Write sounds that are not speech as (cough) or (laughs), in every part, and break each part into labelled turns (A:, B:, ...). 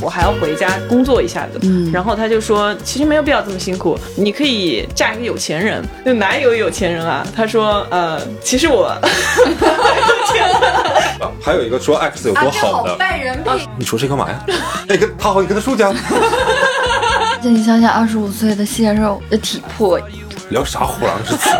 A: 我还要回家工作一下的。嗯，然后他就说，其实没有必要这么辛苦，你可以嫁一个有钱人。就哪有有钱人啊？他说，呃，其实我， (laughs)
B: 啊还有一个说 X 有
C: 啊，
B: 多
C: 这好
B: 的，
C: 半人品。
D: 啊
B: 你说这干嘛呀？ (laughs) 那你跟他好，你跟他说
C: (laughs)
B: 去啊。
D: 就你想想，二十五岁的蟹肉的体魄，
B: 聊啥虎狼之词？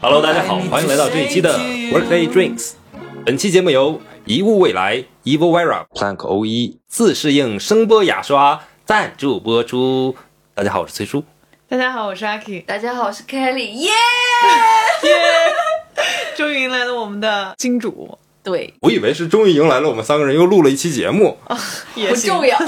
E: Hello，大家好，欢迎来到这一期的 Workday Drinks。本期节目由一物未来 Evo Vera Plank O 一自适应声波牙刷赞助播出。大家好，我是崔叔。
A: 大家好，我是阿 K，
D: 大家好，我是 Kelly，耶、
C: (laughs)
A: 终于迎来了我们的金主，
D: 对，
B: 我以为是终于迎来了我们三个人又录了一期节目，
A: 也
D: 不
A: 行
D: 重要。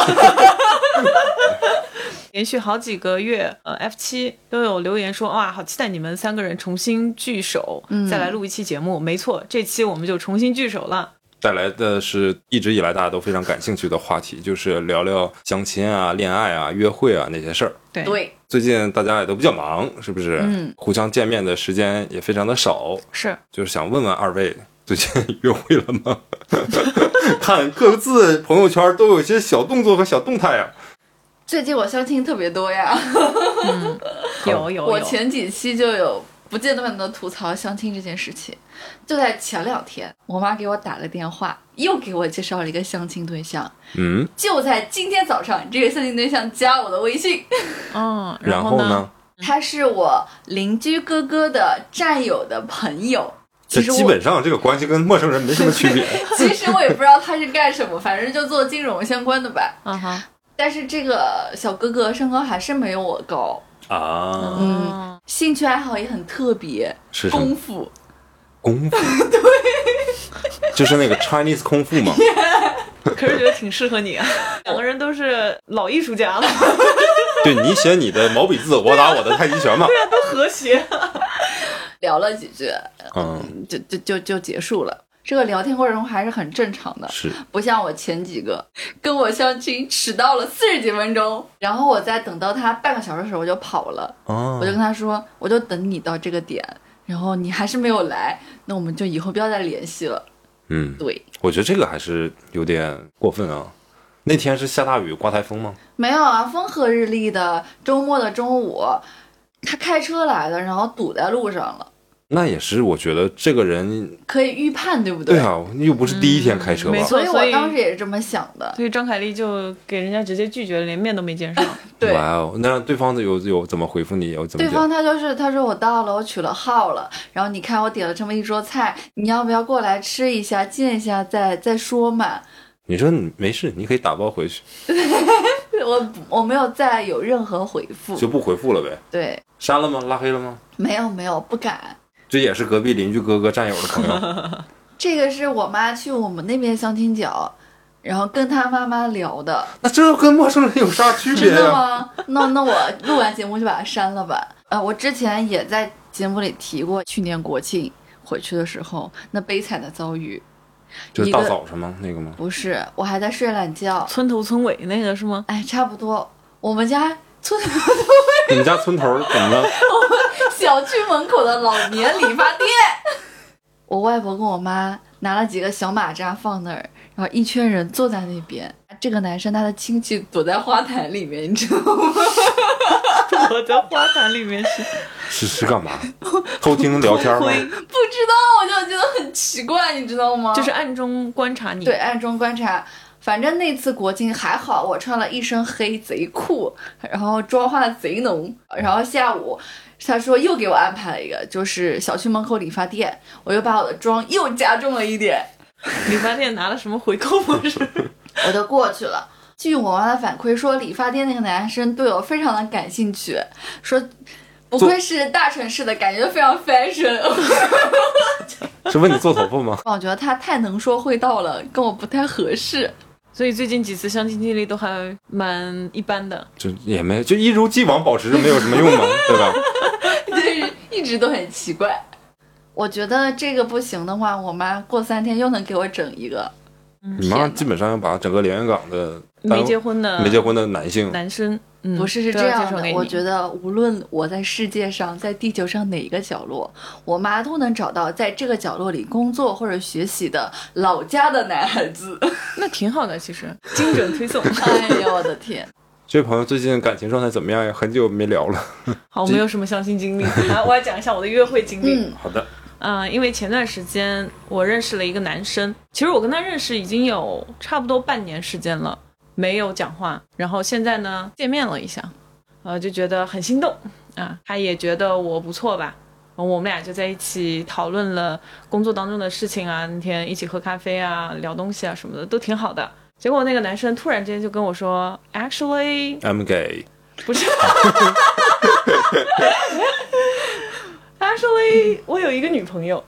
A: 连续好几个月，呃，F 七都有留言说，哇，好期待你们三个人重新聚首，再来录一期节目。没错，这期我们就重新聚首了。
B: 带来的是一直以来大家都非常感兴趣的话题，就是聊聊相亲啊、恋爱啊、约会啊那些事儿。
A: 对
D: 对，
B: 最近大家也都比较忙，是不是？嗯，互相见面的时间也非常的少，
A: 是
B: 就是想问问二位最近 (laughs) 约会了吗？ (laughs) 看各自朋友圈都有一些小动作和小动态啊。
D: 最近我相亲特别多呀，
A: 有有
D: (laughs) 我
A: 有
D: 前几期就有不间断的吐槽相亲这件事情。就在前两天，我妈给我打个电话，又给我介绍了一个相亲对象。
B: 嗯，
D: 就在今天早上，这个相亲对象加我的微信，
A: 嗯，
B: 然
A: 后
B: 后呢？？
D: 他是我邻居哥哥的战友的朋友。
B: 这
D: 其实
B: 基
D: 我
B: 本上这个关系跟陌生人没什么区别。
D: (laughs) 其实我也不知道他是干什么，反正就做金融相关的吧。
A: 啊哈，
D: 但是这个小哥哥身高还是没有我高，
E: 啊，
D: 嗯兴趣爱好也很特别，
B: 是什么
D: 功夫。
B: 功夫？对，就是那个 Chinese 功夫嘛。
A: 可是觉得挺适合你啊，两个人都是老艺术家了，
B: (laughs) 对你写你的毛笔字，我打我的太极拳
D: (laughs)
B: 嘛。
A: 都和谐。
D: 聊了几句，
B: 嗯，
D: 就就就就结束了。这个聊天过程中还是很正常的，
B: 是
D: 不像我前几个跟我相亲迟到了四十几分钟，然后我在等到他半个小时的时候我就跑了，
B: 啊
D: 我就跟他说，我就等你到这个点，然后你还是没有来，那我们就以后不要再联系了。
B: 嗯，
D: 对，
B: 我觉得这个还是有点过分啊。那天是下大雨刮台风吗？
D: 没有啊，风和日丽的周末的中午，他开车来的，然后堵在路上了，
B: 那也是，我觉得这个人，
D: 可以预判，对不
B: 对啊，又不是第一天开车吧？
A: 没错
D: 所以
A: 所
D: 我
A: 以
D: 当时也是这么想的。
A: 所以张凯丽就给人家直接拒绝了，连面都没见 (laughs) 上。
D: 对
B: 哇哦，那让对方有有怎么回复你？有怎么
D: 对
B: 讲？
D: 方他就是他说我到了，我取了号了，然后你看我点了这么一桌菜，你要不要过来吃一下、见一下再再说嘛？
B: 你说你没事，你可以打包回去，
D: 我不我没有再有任何回复，
B: 就不回复了呗。
D: 对，
B: 删了吗？拉黑了吗？
D: 没有没有不敢。
B: 这也是隔壁邻居哥哥战友的朋
D: (laughs)
B: 友。
D: 这个是我妈去我们那边相亲角，然后跟她妈妈聊的，
B: 那这跟陌生人有啥区别
D: 真的
B: 呀、
D: 吗？那那我录完节目就把它删了吧。呃，我之前也在节目里提过，去年国庆回去的时候那悲惨的遭遇，
B: 就是
D: 一个
B: 大早上吗？那个吗？
D: 不是我还在睡懒觉，
A: 村头村尾那个是吗？
D: 哎，差不多，我们家村
B: 你们家村头怎么了？
D: 小区门口的老年理发店， (laughs) 我外婆跟我妈拿了几个小马扎放那儿，然后一圈人坐在那边。这个男生他的亲戚躲在花坛里面，你知道吗？
A: (laughs)
D: (laughs)
A: 我的花坛里面是。
B: 是是干嘛？偷听聊天吗？
D: 不知道，我就觉得很奇怪，你知道
A: (laughs)
D: 吗？
A: 就是暗中观察你。
D: 对，，暗中观察。反正那次国庆还好，我穿了一身黑，贼酷，然后妆化的贼浓。然后下午，他说又给我安排了一个，就是小区门口理发店，我又把我的妆又加重了一点，
A: 理发店拿了什么回扣模式？ (laughs)
D: 我就过去了。据我妈的反馈说，理发店那个男生对我非常的感兴趣，说不
B: 做
D: 愧是大城市的，感觉非常 fashion。
B: 是问你做头发吗？
D: 我觉得他太能说会道了，跟我不太合适。
A: 所以最近几次相亲经历都还蛮一般的。
B: 就也没，就一如既往保持着没有什么用嘛，对吧？
D: 就是一直都很奇怪。 (laughs) 我觉得这个不行的话，我妈过三天又能给我整一个。
B: 你妈基本上要把整个连云港的
A: (laughs) 嗯
B: 单
A: 没结婚的
B: 没结婚的男性
A: 男生嗯
D: 不是是
A: 都
D: 这
A: 要介
D: 样
A: 绍
D: 的
A: 给，
D: 我
A: 你
D: 觉得无论我在世界上，在地球上哪一个角落，我妈都能找到在这个角落里工作或者学习的老家的男孩子。
A: 那挺好的，其实精准推送。
D: (laughs)
A: (laughs)
D: 哎呦我的天！
B: 这位朋友最近感情状态怎么样呀？很久没聊了。
A: 好，我没有什么相亲经历，来，我来讲一下我的约会经历。
D: 嗯
B: 好的，
A: 嗯、因为前段时间我认识了一个男生，其实我跟他认识已经有差不多半年时间了，没有讲话，然后现在呢见面了一下，呃，就觉得很心动啊，他也觉得我不错吧。然后我们俩就在一起讨论了工作当中的事情啊，那天一起喝咖啡啊，聊东西啊什么的，都挺好的。结果那个男生突然间就跟我说，actually
B: ，I'm gay。
A: 不是。Ashley，我有一个女朋友，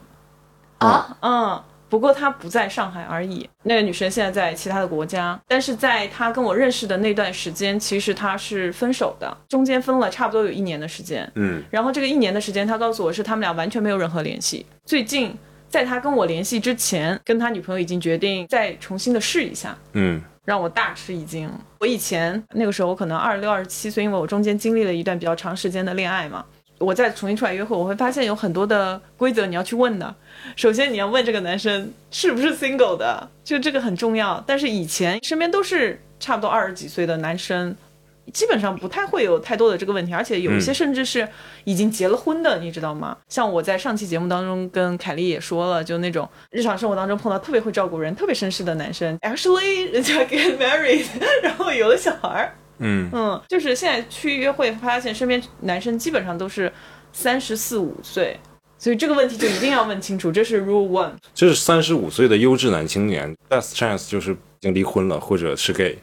D: 啊，
A: 嗯，不过她不在上海而已。那个女生现在在其他的国家，但是在她跟我认识的那段时间，其实她是分手的，中间分了差不多有一年的时间。
B: 嗯，
A: 然后这个一年的时间，他告诉我是他们俩完全没有任何联系。最近在他跟我联系之前，跟他女朋友已经决定再重新的试一下，
B: 嗯，
A: 让我大吃一惊。我以前那个时候我可能二十六、二十七岁，因为我中间经历了一段比较长时间的恋爱嘛。我再重新出来约会，我会发现有很多的规则你要去问的。首先你要问这个男生是不是 single 的，就这个很重要。但是以前身边都是差不多二十几岁的男生，基本上不太会有太多的这个问题，而且有一些甚至是已经结了婚的，你知道吗？像我在上期节目当中跟凯莉也说了，就那种日常生活当中碰到特别会照顾人、特别绅士的男生，actually (laughs) 人家 get married，然后有了小孩儿，
B: 嗯，
A: 嗯，就是现在去约会，发现身边男生基本上都是三十四五岁，所以这个问题就一定要问清楚，这是 rule one。
B: 这是三十五岁的优质男青年，best chance 就是已经离婚了或者是 gay。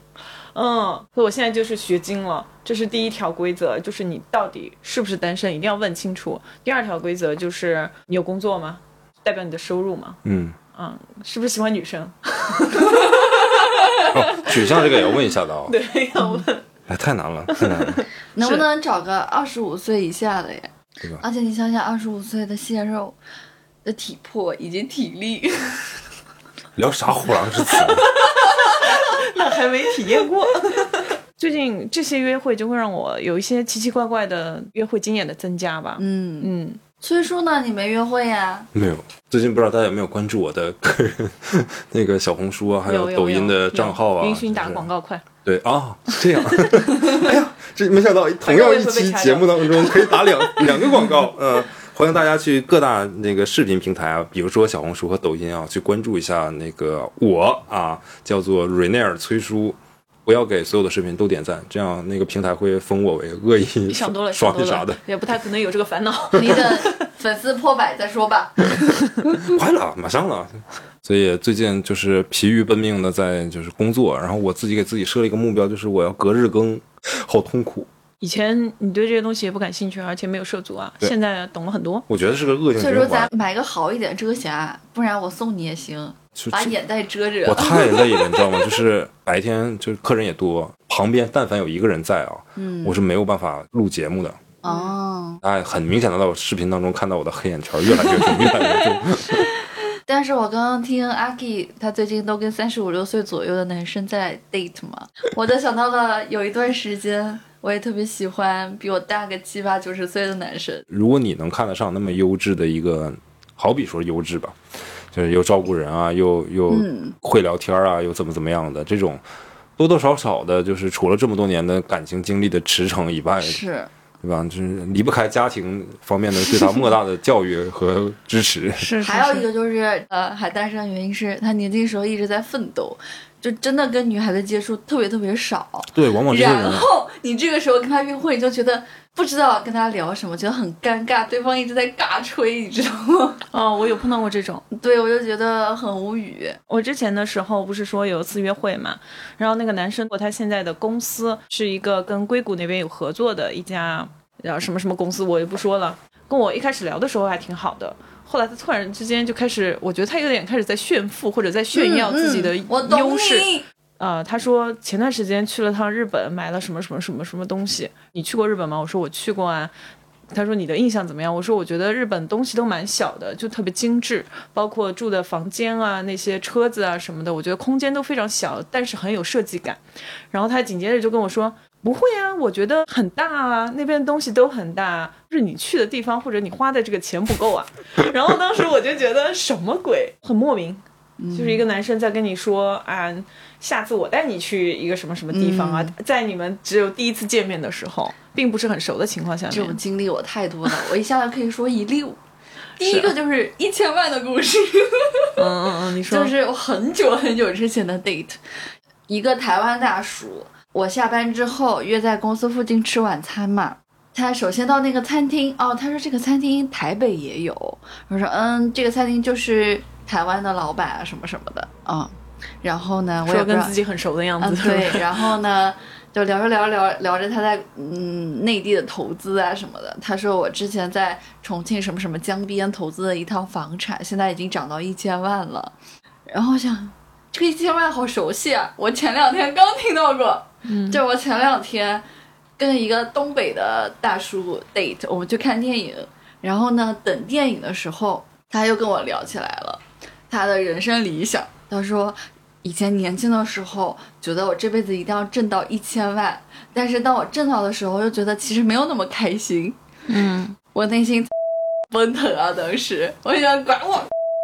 A: 嗯，所以我现在就是学精了，这是第一条规则，就是你到底是不是单身，一定要问清楚。第二条规则就是你有工作吗？代表你的收入吗？
B: 嗯，
A: 嗯，是不是喜欢女生？ (laughs)
B: 哦，取向这个也要问一下的哦。
A: 对，要问。
B: 哎，太难了，太难了。
D: (laughs) 能不能找个二十五岁以下的呀
B: 对吧？
D: 而且你想想，二十五岁的蟹肉的体魄以及体力，
B: (laughs)
D: (laughs)
B: 聊啥虎狼之词？啊
A: 那还没体验过。 (laughs) 最近这些约会就会让我有一些奇奇怪怪的约会经验的增加吧。
D: 嗯，
A: 嗯，
D: 崔叔呢？你没约会呀？
B: 没有，最近不知道大家有没有关注我的 (laughs) 个人那个小红书啊，还
A: 有有
B: 抖音的账号啊。
A: 有允许你打
B: 就是
A: 广告快。
B: 对啊，这样， (laughs) 哎呀，这没
A: (laughs)
B: 想到同样一期节目当中可以打两两个广告，嗯、欢迎大家去各大那个视频平台啊，比如说小红书和抖音啊，去关注一下那个我啊，叫做瑞内尔崔叔。不要给所有的视频都点赞，这样那个平台会封我为恶意
A: 你想多了，
B: 刷
A: 想
B: 新
A: 多
B: 啥的
A: 了。，也不太可能有这个烦恼。 (laughs)
D: (laughs) 你的粉丝破百再说吧。
B: 快了，马上了。所以最近就是疲于奔命的在就是工作，然后我自己给自己设了一个目标，就是我要隔日更，好痛苦。
A: 以前你对这些东西也不感兴趣，而且没有涉足啊，
B: 对
A: 现在懂了很多。
B: 我觉得是个恶性
D: 所以
B: 循
D: 说，咱
B: 环。
D: 买个好一点遮瑕，不然我送你也行，
B: 就
D: 把
B: 就
D: 眼袋遮
B: 我
D: 着。
B: 太累了，你知道吗？就是白天就是客人也多，旁边但凡有一个人在啊，
D: 嗯
B: 我是没有办法录节目的。
D: 哦，
B: 大家很明显的在我视频当中看到我的黑眼圈越来越重，越来越重。
D: 但是我刚刚听阿 K，他最近都跟三十五六岁左右的男生在 date 嘛，我就想到了有一段时间，我也特别喜欢比我大个七八九十岁的男生。
B: 如果你能看得上那么优质的一个，好比说优质吧，就是又照顾人啊，又又
D: 嗯
B: 会聊天啊，又怎么怎么样的这种，多多少少的，就是除了这么多年的感情经历的驰骋以外，
D: 是，
B: 对吧？就是离不开家庭方面的对他莫大的教育和支持。
A: 是
D: 还有一个就是，呃，还单身的原因是他年轻时候一直在奋斗，就真的跟女孩子接触特别特别少。
B: (laughs) 对，往往这些人
D: 然后你这个时候跟他约会，你就觉得不知道跟他聊什么，觉得很尴尬，对方一直在尬吹，你知道吗？
A: 哦，我有碰到过这种。
D: (laughs) 对我就觉得很无语。
A: 我之前的时候不是说有一次约会嘛，然后那个男生他现在的公司是一个跟硅谷那边有合作的一家呃什么什么公司，我就不说了。跟我一开始聊的时候还挺好的，后来他突然之间就开始，我觉得他有点开始在炫富或者在炫耀自己的
D: 嗯我懂
A: 优势。
D: 你
A: 呃，他说前段时间去了趟日本，买了什么什么什么什么东西。你去过日本吗？我说我去过啊。他说你的印象怎么样？我说我觉得日本东西都蛮小的，就特别精致，包括住的房间啊、那些车子啊什么的，我觉得空间都非常小，但是很有设计感。然后他紧接着就跟我说，不会啊，我觉得很大啊，那边东西都很大，就是你去的地方或者你花的这个钱不够啊。 (laughs) 然后当时我就觉得什么鬼，很莫名，就是一个男生在跟你说啊，下次我带你去一个什么什么地方啊，在你们只有第一次见面的时候，并不是很熟的情况下
D: 这种
A: 面，
D: 经历我太多了，我一下子可以说一溜。第一个 (laughs) 就是啊一千万的故事，
A: 嗯嗯嗯，你说
D: 就是我很久很久之前的 date，一个台湾大叔，我下班之后约在公司附近吃晚餐嘛。他首先到那个餐厅，哦，他说这个餐厅台北也有，我说嗯，这个餐厅就是台湾的老板啊，什么什么的啊、嗯。然后呢，我也
A: 说
D: 不知
A: 跟
D: 道
A: 自己很熟的样子，
D: 嗯，
A: 是吧 (laughs)
D: 对，然后呢，就聊着聊着聊聊着他在嗯内地的投资啊什么的。他说我之前在重庆什么什么江边投资了一套房产，现在已经涨到一千万了。然后我想，这个一千万好熟悉啊，我前两天刚听到过。嗯，就我前两天跟一个东北的大叔 date，我们去看电影，然后呢，等电影的时候，他又跟我聊起来了，他的人生理想。他说，以前年轻的时候，觉得我这辈子一定要挣到一千万，但是当我挣到的时候，又觉得其实没有那么开心。
A: 嗯，
D: 我内心 (laughs) 奔腾啊！当时我想管我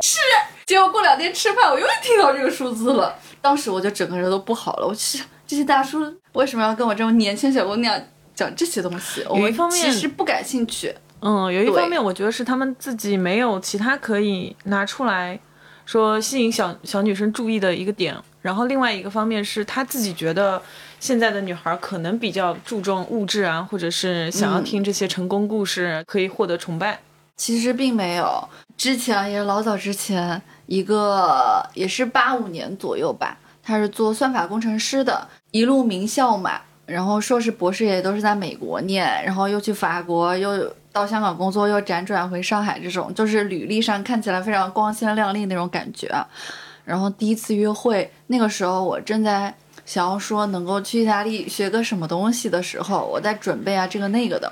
D: 是，结果过两天吃饭，我又听到这个数字了，当时我就整个人都不好了。我去，这些大叔为什么要跟我这种年轻小姑娘讲这些东西？我
A: 有一
D: 们
A: 方面
D: 其实不感兴趣。
A: (laughs) 嗯，有一
D: 对
A: 方面我觉得是他们自己没有其他可以拿出来说吸引小小女生注意的一个点，然后另外一个方面是他自己觉得现在的女孩可能比较注重物质啊，或者是想要
D: 嗯
A: 听这些成功故事，可以获得崇拜。
D: 其实并没有，之前也是老早之前，一个也是八五年左右吧，他是做算法工程师的，一路名校嘛，然后硕士、博士也都是在美国念，然后又去法国，又到香港工作，又辗转回上海，这种就是履历上看起来非常光鲜亮丽那种感觉。然后第一次约会，那个时候我正在想要说能够去意大利学个什么东西的时候，我在准备啊这个那个的，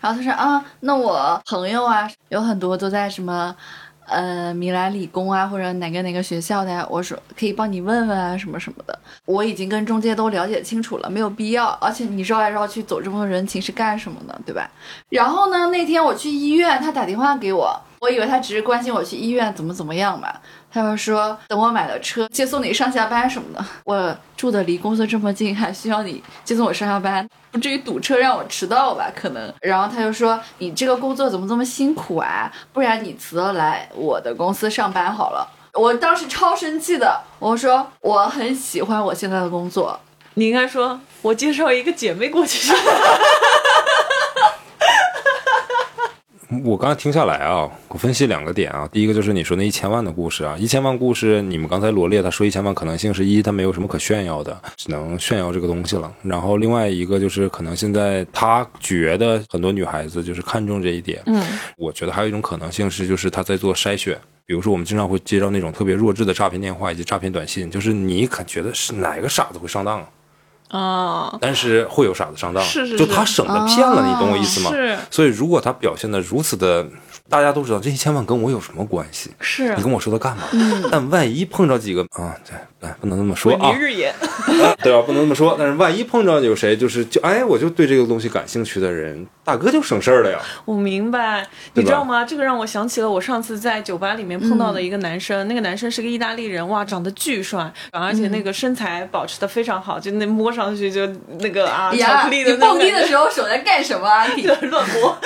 D: 然后他说啊，那我朋友啊有很多都在什么。呃，米兰理工啊，或者哪个哪个学校的呀、我说可以帮你问问啊，什么什么的。我已经跟中介都了解清楚了，没有必要。而且你绕来绕去走这么多人情是干什么呢，对吧？然后呢，那天我去医院，他打电话给我，我以为他只是关心我去医院怎么怎么样嘛。他就说等我买了车接送你上下班什么的。 (laughs) 我住的离公司这么近，还需要你接送我上下班，不至于堵车让我迟到吧？可能。然后他就说：“你这个工作怎么这么辛苦啊？不然你辞了来我的公司上班好了。”我当时超生气的，我说我很喜欢我现在的工作，
A: 你应该说，我介绍一个姐妹过去。
D: (laughs)
B: 我刚才听下来啊，我分析两个点啊，第一个就是你说那一千万的故事啊，一千万故事，你们刚才罗列，他说一千万可能性是一，他没有什么可炫耀的，只能炫耀这个东西了。然后另外一个就是可能现在他觉得很多女孩子就是看重这一点，
A: 嗯，
B: 我觉得还有一种可能性是，就是他在做筛选。比如说，我们经常会接到那种特别弱智的诈骗电话以及诈骗短信，就是你可觉得是哪个傻子会上当啊？
A: 啊、
B: 但是会有傻子上当，
A: 是是
B: 就是他省着骗了，你懂我意思吗？
A: 是
B: 所以如果他表现的如此的，大家都知道这一千万跟我有什么关系？
A: 是嗯
B: 你，跟我说他干嘛？但万一碰着几个啊，这哎不能那么说
A: 鬼
B: 啊
A: 迷，日眼。
B: (laughs) 对啊吧？不能那么说。但是万一碰着有谁就是就哎，我就对这个东西感兴趣的人，大哥就省事儿了呀。
A: 我明白，
B: 对吧嗯
A: 你知道吗？这个让我想起了我上次在酒吧里面碰到的一个男生，那个男生是个意大利人，哇，长得巨帅，而且
B: 嗯
A: 那个身材保持的非常好，就那摸上去就那个 (laughs) 啊，巧
D: 哎呀，
A: 克力
D: 你
A: 的那
D: 蹦
A: 种
D: 迪
A: 感
D: 的
A: 觉。
D: 时候手在干什么啊？
A: (laughs)
D: 你
A: 乱摸，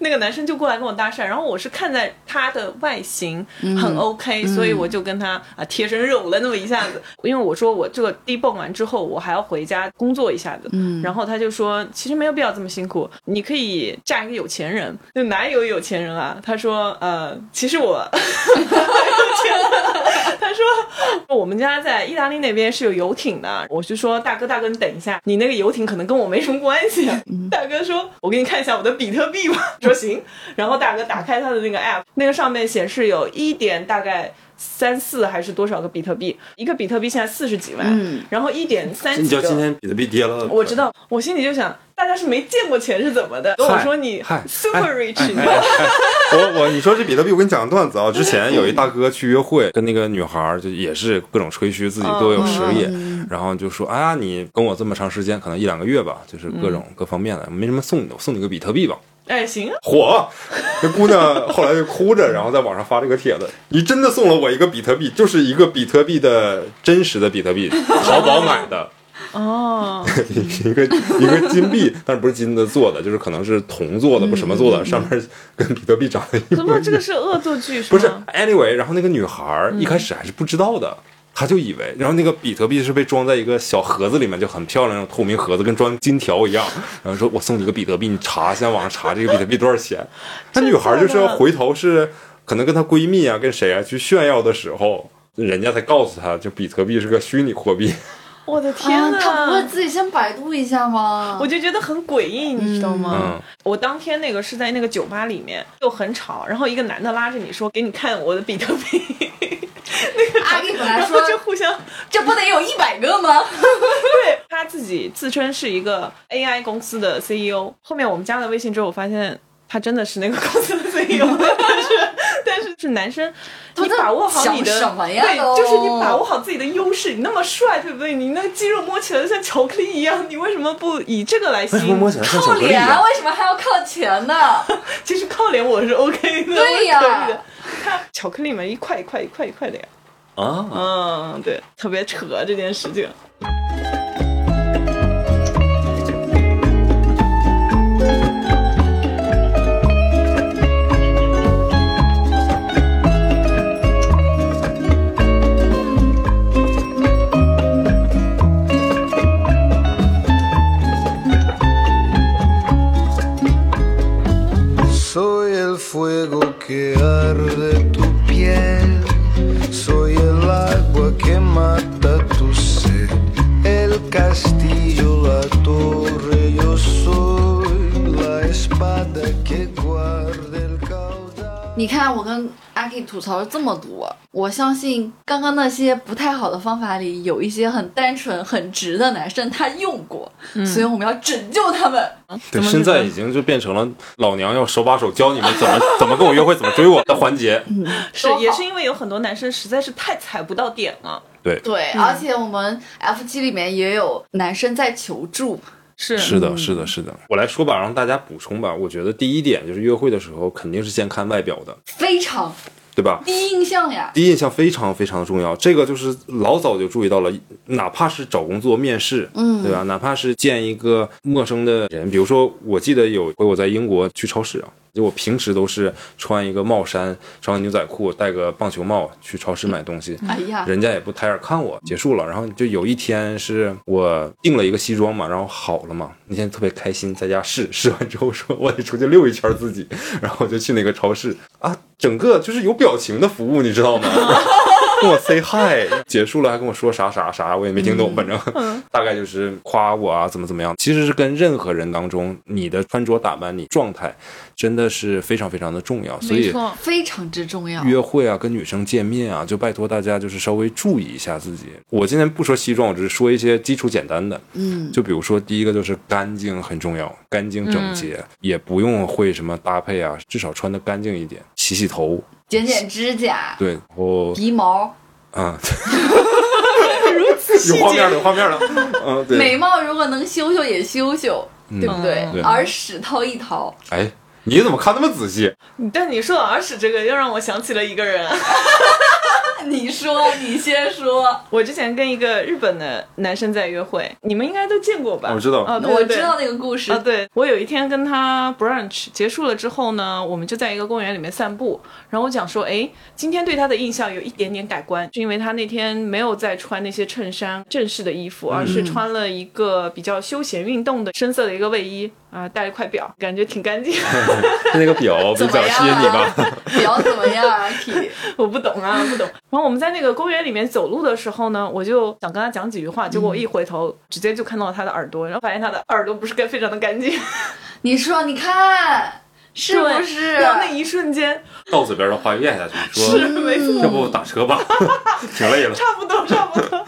A: 那个男生就过来跟我搭讪，然后我是看在他的外形很 OK，、所以我就跟他啊贴身热舞了那么一下子，因为我说我这个地蹦完之后，我还要回家工作一下子，
D: 嗯
A: 然后他就说，其实没有必要这么辛苦，你可以嫁一个有钱人。就哪有有钱人啊？他说，呃，其实我 (laughs) 哪有钱人啊 (laughs) 他说我们家在意大利那边是有游艇的，我就说大哥大哥你等一下，你那个游艇可能跟我没什么关系。
B: 嗯
A: 大哥说，我给你看一下我的比特币
B: (laughs)
A: 吧。说行，然后大哥打开他的那个 app，那个上面显示有一点大概。三四还是多少个比特币？一个比特币现在四十几万，
D: 嗯
A: 然后一点三
B: 你
A: 几
B: 知道
A: 个，
B: 今天比特币跌了，
A: 我知道，我心里就想，大家是没见过钱是怎么的。跟我说你
B: 嗨
A: super
B: 哎
A: rich，
B: 哎
A: 你知
B: 哎
A: 道吗
B: 哎我我你说这比特币，我跟你讲个段子啊。之前有一大哥去约会，跟那个女孩儿就也是各种吹嘘自己多有实业，然后就说啊，你跟我这么长时间，可能一两个月吧，就是各种各方面的，没什么送你的，我送你个比特币吧。
A: 哎，行啊，
B: 火，这姑娘后来就哭着，然后在网上发这个帖子：“你真的送了我一个比特币，就是一个比特币的真实的比特币，淘宝买的 (laughs)
A: 哦，
B: 一个一个金币，但是不是金子做的，就是可能是铜做的，不什么做的，上面跟比特币长得一
A: 怎
B: 模
A: 么
B: 一
A: 这
B: 样。
A: 个是恶作剧是
B: 不
A: 吗？
B: 是，anyway，然后那个女孩儿一开始还是不知道的。她就以为，然后那个比特币是被装在一个小盒子里面，就很漂亮，那种透明盒子，跟装金条一样。然后说：“我送你一个比特币，你查一下网上查这个比特币多少钱。”那女孩儿就是要回头是可能跟她闺蜜啊，跟谁啊去炫耀的时候，人家才告诉她，就比特币是个虚拟货 (laughs) 币。
A: 我的天
D: 啊，他不会
A: 呐，
D: 自己先百度一下吗？
A: 我就觉得很诡异，你知道吗？
B: 嗯
A: 我当天那个是在那个酒吧里面，又很吵，然后一个男的拉着你说：“给你看我的比特
D: (laughs)
A: 币。”
D: 阿丽本来
A: 然
D: 说
A: 后就互相
D: 这不得有一百个吗？
A: 对他自己自称是一个 AI 公司的 CEO。后面我们加了微信之后，我发现他真的是那个公司的
D: (laughs)
A: CEO，但是但是是男生，
D: 他
A: 你
D: 在
A: 把握好你的
D: 想什么呀
A: 对，
D: 都
A: 就是你把握好自己的优势。你那么帅，对不对？你那个肌肉摸起来就像巧克力一样，你为什么不以这个来吸引？
B: 来像
D: 靠 (laughs) 脸为什么还要靠钱呢？
A: 其实靠脸我是 OK 的，
D: 对呀
A: 我是可
D: (laughs)
A: 以的。看巧克力嘛，一块一块一块一块的呀。
B: 啊？
A: 嗯，对，特别扯这件事情。
C: Soy el fuego que arde tu piel, soy el agua que mata tu sed, el castillo, la torre, yo soy la espada que guarda el caudal.
D: 你看我跟阿 K 吐槽了这么多，我相信刚刚那些不太好的方法里，有一些很单纯、很直的男生他用过，所以我们要拯救他们。
B: 对，
A: 怎么
B: 现在
A: 你
B: 已经就变成了老娘要手把手教你们怎么怎么跟我约会，怎么追我的环节。
A: 是
D: 多，好
A: 也是因为有很多男生实在是太踩不到点了。
B: 对，
D: 对，嗯而且我们 F 七里面也有男生在求助，
A: 是
B: 是的，是的，是的。我来说吧，让大家补充吧。我觉得第一点就是约会的时候肯定是先看外表的，
D: 非常
B: 对吧？
D: 第一印象呀。
B: 第一印象非常非常重要，这个就是老早就注意到了，哪怕是找工作面试，嗯，对吧？哪怕是见一个陌生的人，比如说，我记得有回我在英国去超市啊，就我平时都是穿一个帽衫，穿个牛仔裤，戴个棒球帽去超市买东西，
D: 哎呀，
B: 人家也不抬眼看我，结束了。然后就有一天是我订了一个西装嘛，然后好了嘛，那天特别开心，在家试试完之后说我得出去溜一圈自己，然后我就去那个超市啊，整个就是有表情的服务，你知道吗？跟我 say hi，结束了还跟我说啥啥啥，我也没听懂，反正大概就是夸我啊，怎么怎么样。其实是跟任何人当中，你的穿着打扮、你状态，真的是非常非常的重要。所以
A: 没错，
D: 非常之重要。
B: 约会啊，跟女生见面啊，就拜托大家就是稍微注意一下自己。我今天不说西装，我只是说一些基础简单的。嗯，就比如说第一个就是干净很重要，干净整洁，
D: 嗯
B: 也不用会什么搭配啊，至少穿的干净一点，洗洗头，
D: 剪剪指甲、
B: 对，然后
D: 鼻毛、
B: 啊，
A: 如此细
B: (laughs) 有画面
A: 节
B: 了，。有画面了，嗯，
D: 眉
B: 对，
D: 毛，如果能修修也修修，对不对？
B: 对
D: 耳屎掏一掏，
B: 哎。你怎么看那么仔细？
A: 但你说到耳屎这个，又让我想起了一个人。 (laughs)
D: 你说，你先说。
A: 我之前跟一个日本的男生在约会，你们应该都见过吧？
B: 哦我知道
A: 啊，对
D: 我
A: 对
D: 知道那个故事
A: 啊，，对我有一天跟他 brunch 结束了之后呢，我们就在一个公园里面散步，然后我讲说，哎，今天对他的印象有一点点改观，是因为他那天没有再穿那些衬衫正式的衣服，
B: 嗯
A: 而是穿了一个比较休闲运动的深色的一个卫衣啊、戴了一块表，感觉挺干净。
B: 是那个表比
D: (laughs) 怎么
B: 较
D: 样
B: 吸引你吧？
D: 表怎么样啊，K？
A: 我不懂啊，不懂。然后我们在那个公园里面走路的时候呢，我就想跟他讲几句话，结果我一回头，直接就看到了他的耳朵，然后发现他的耳朵不是干非常的干净，
D: 你说，你看是
A: (laughs)
D: 不是？
A: 然后那一瞬间，
B: 到嘴边的话咽下去，
A: 是
B: 说
A: (laughs) 没错。
D: (laughs)
B: 要不打车吧，挺累
A: (laughs)
B: 了。
A: 差不多，差不多。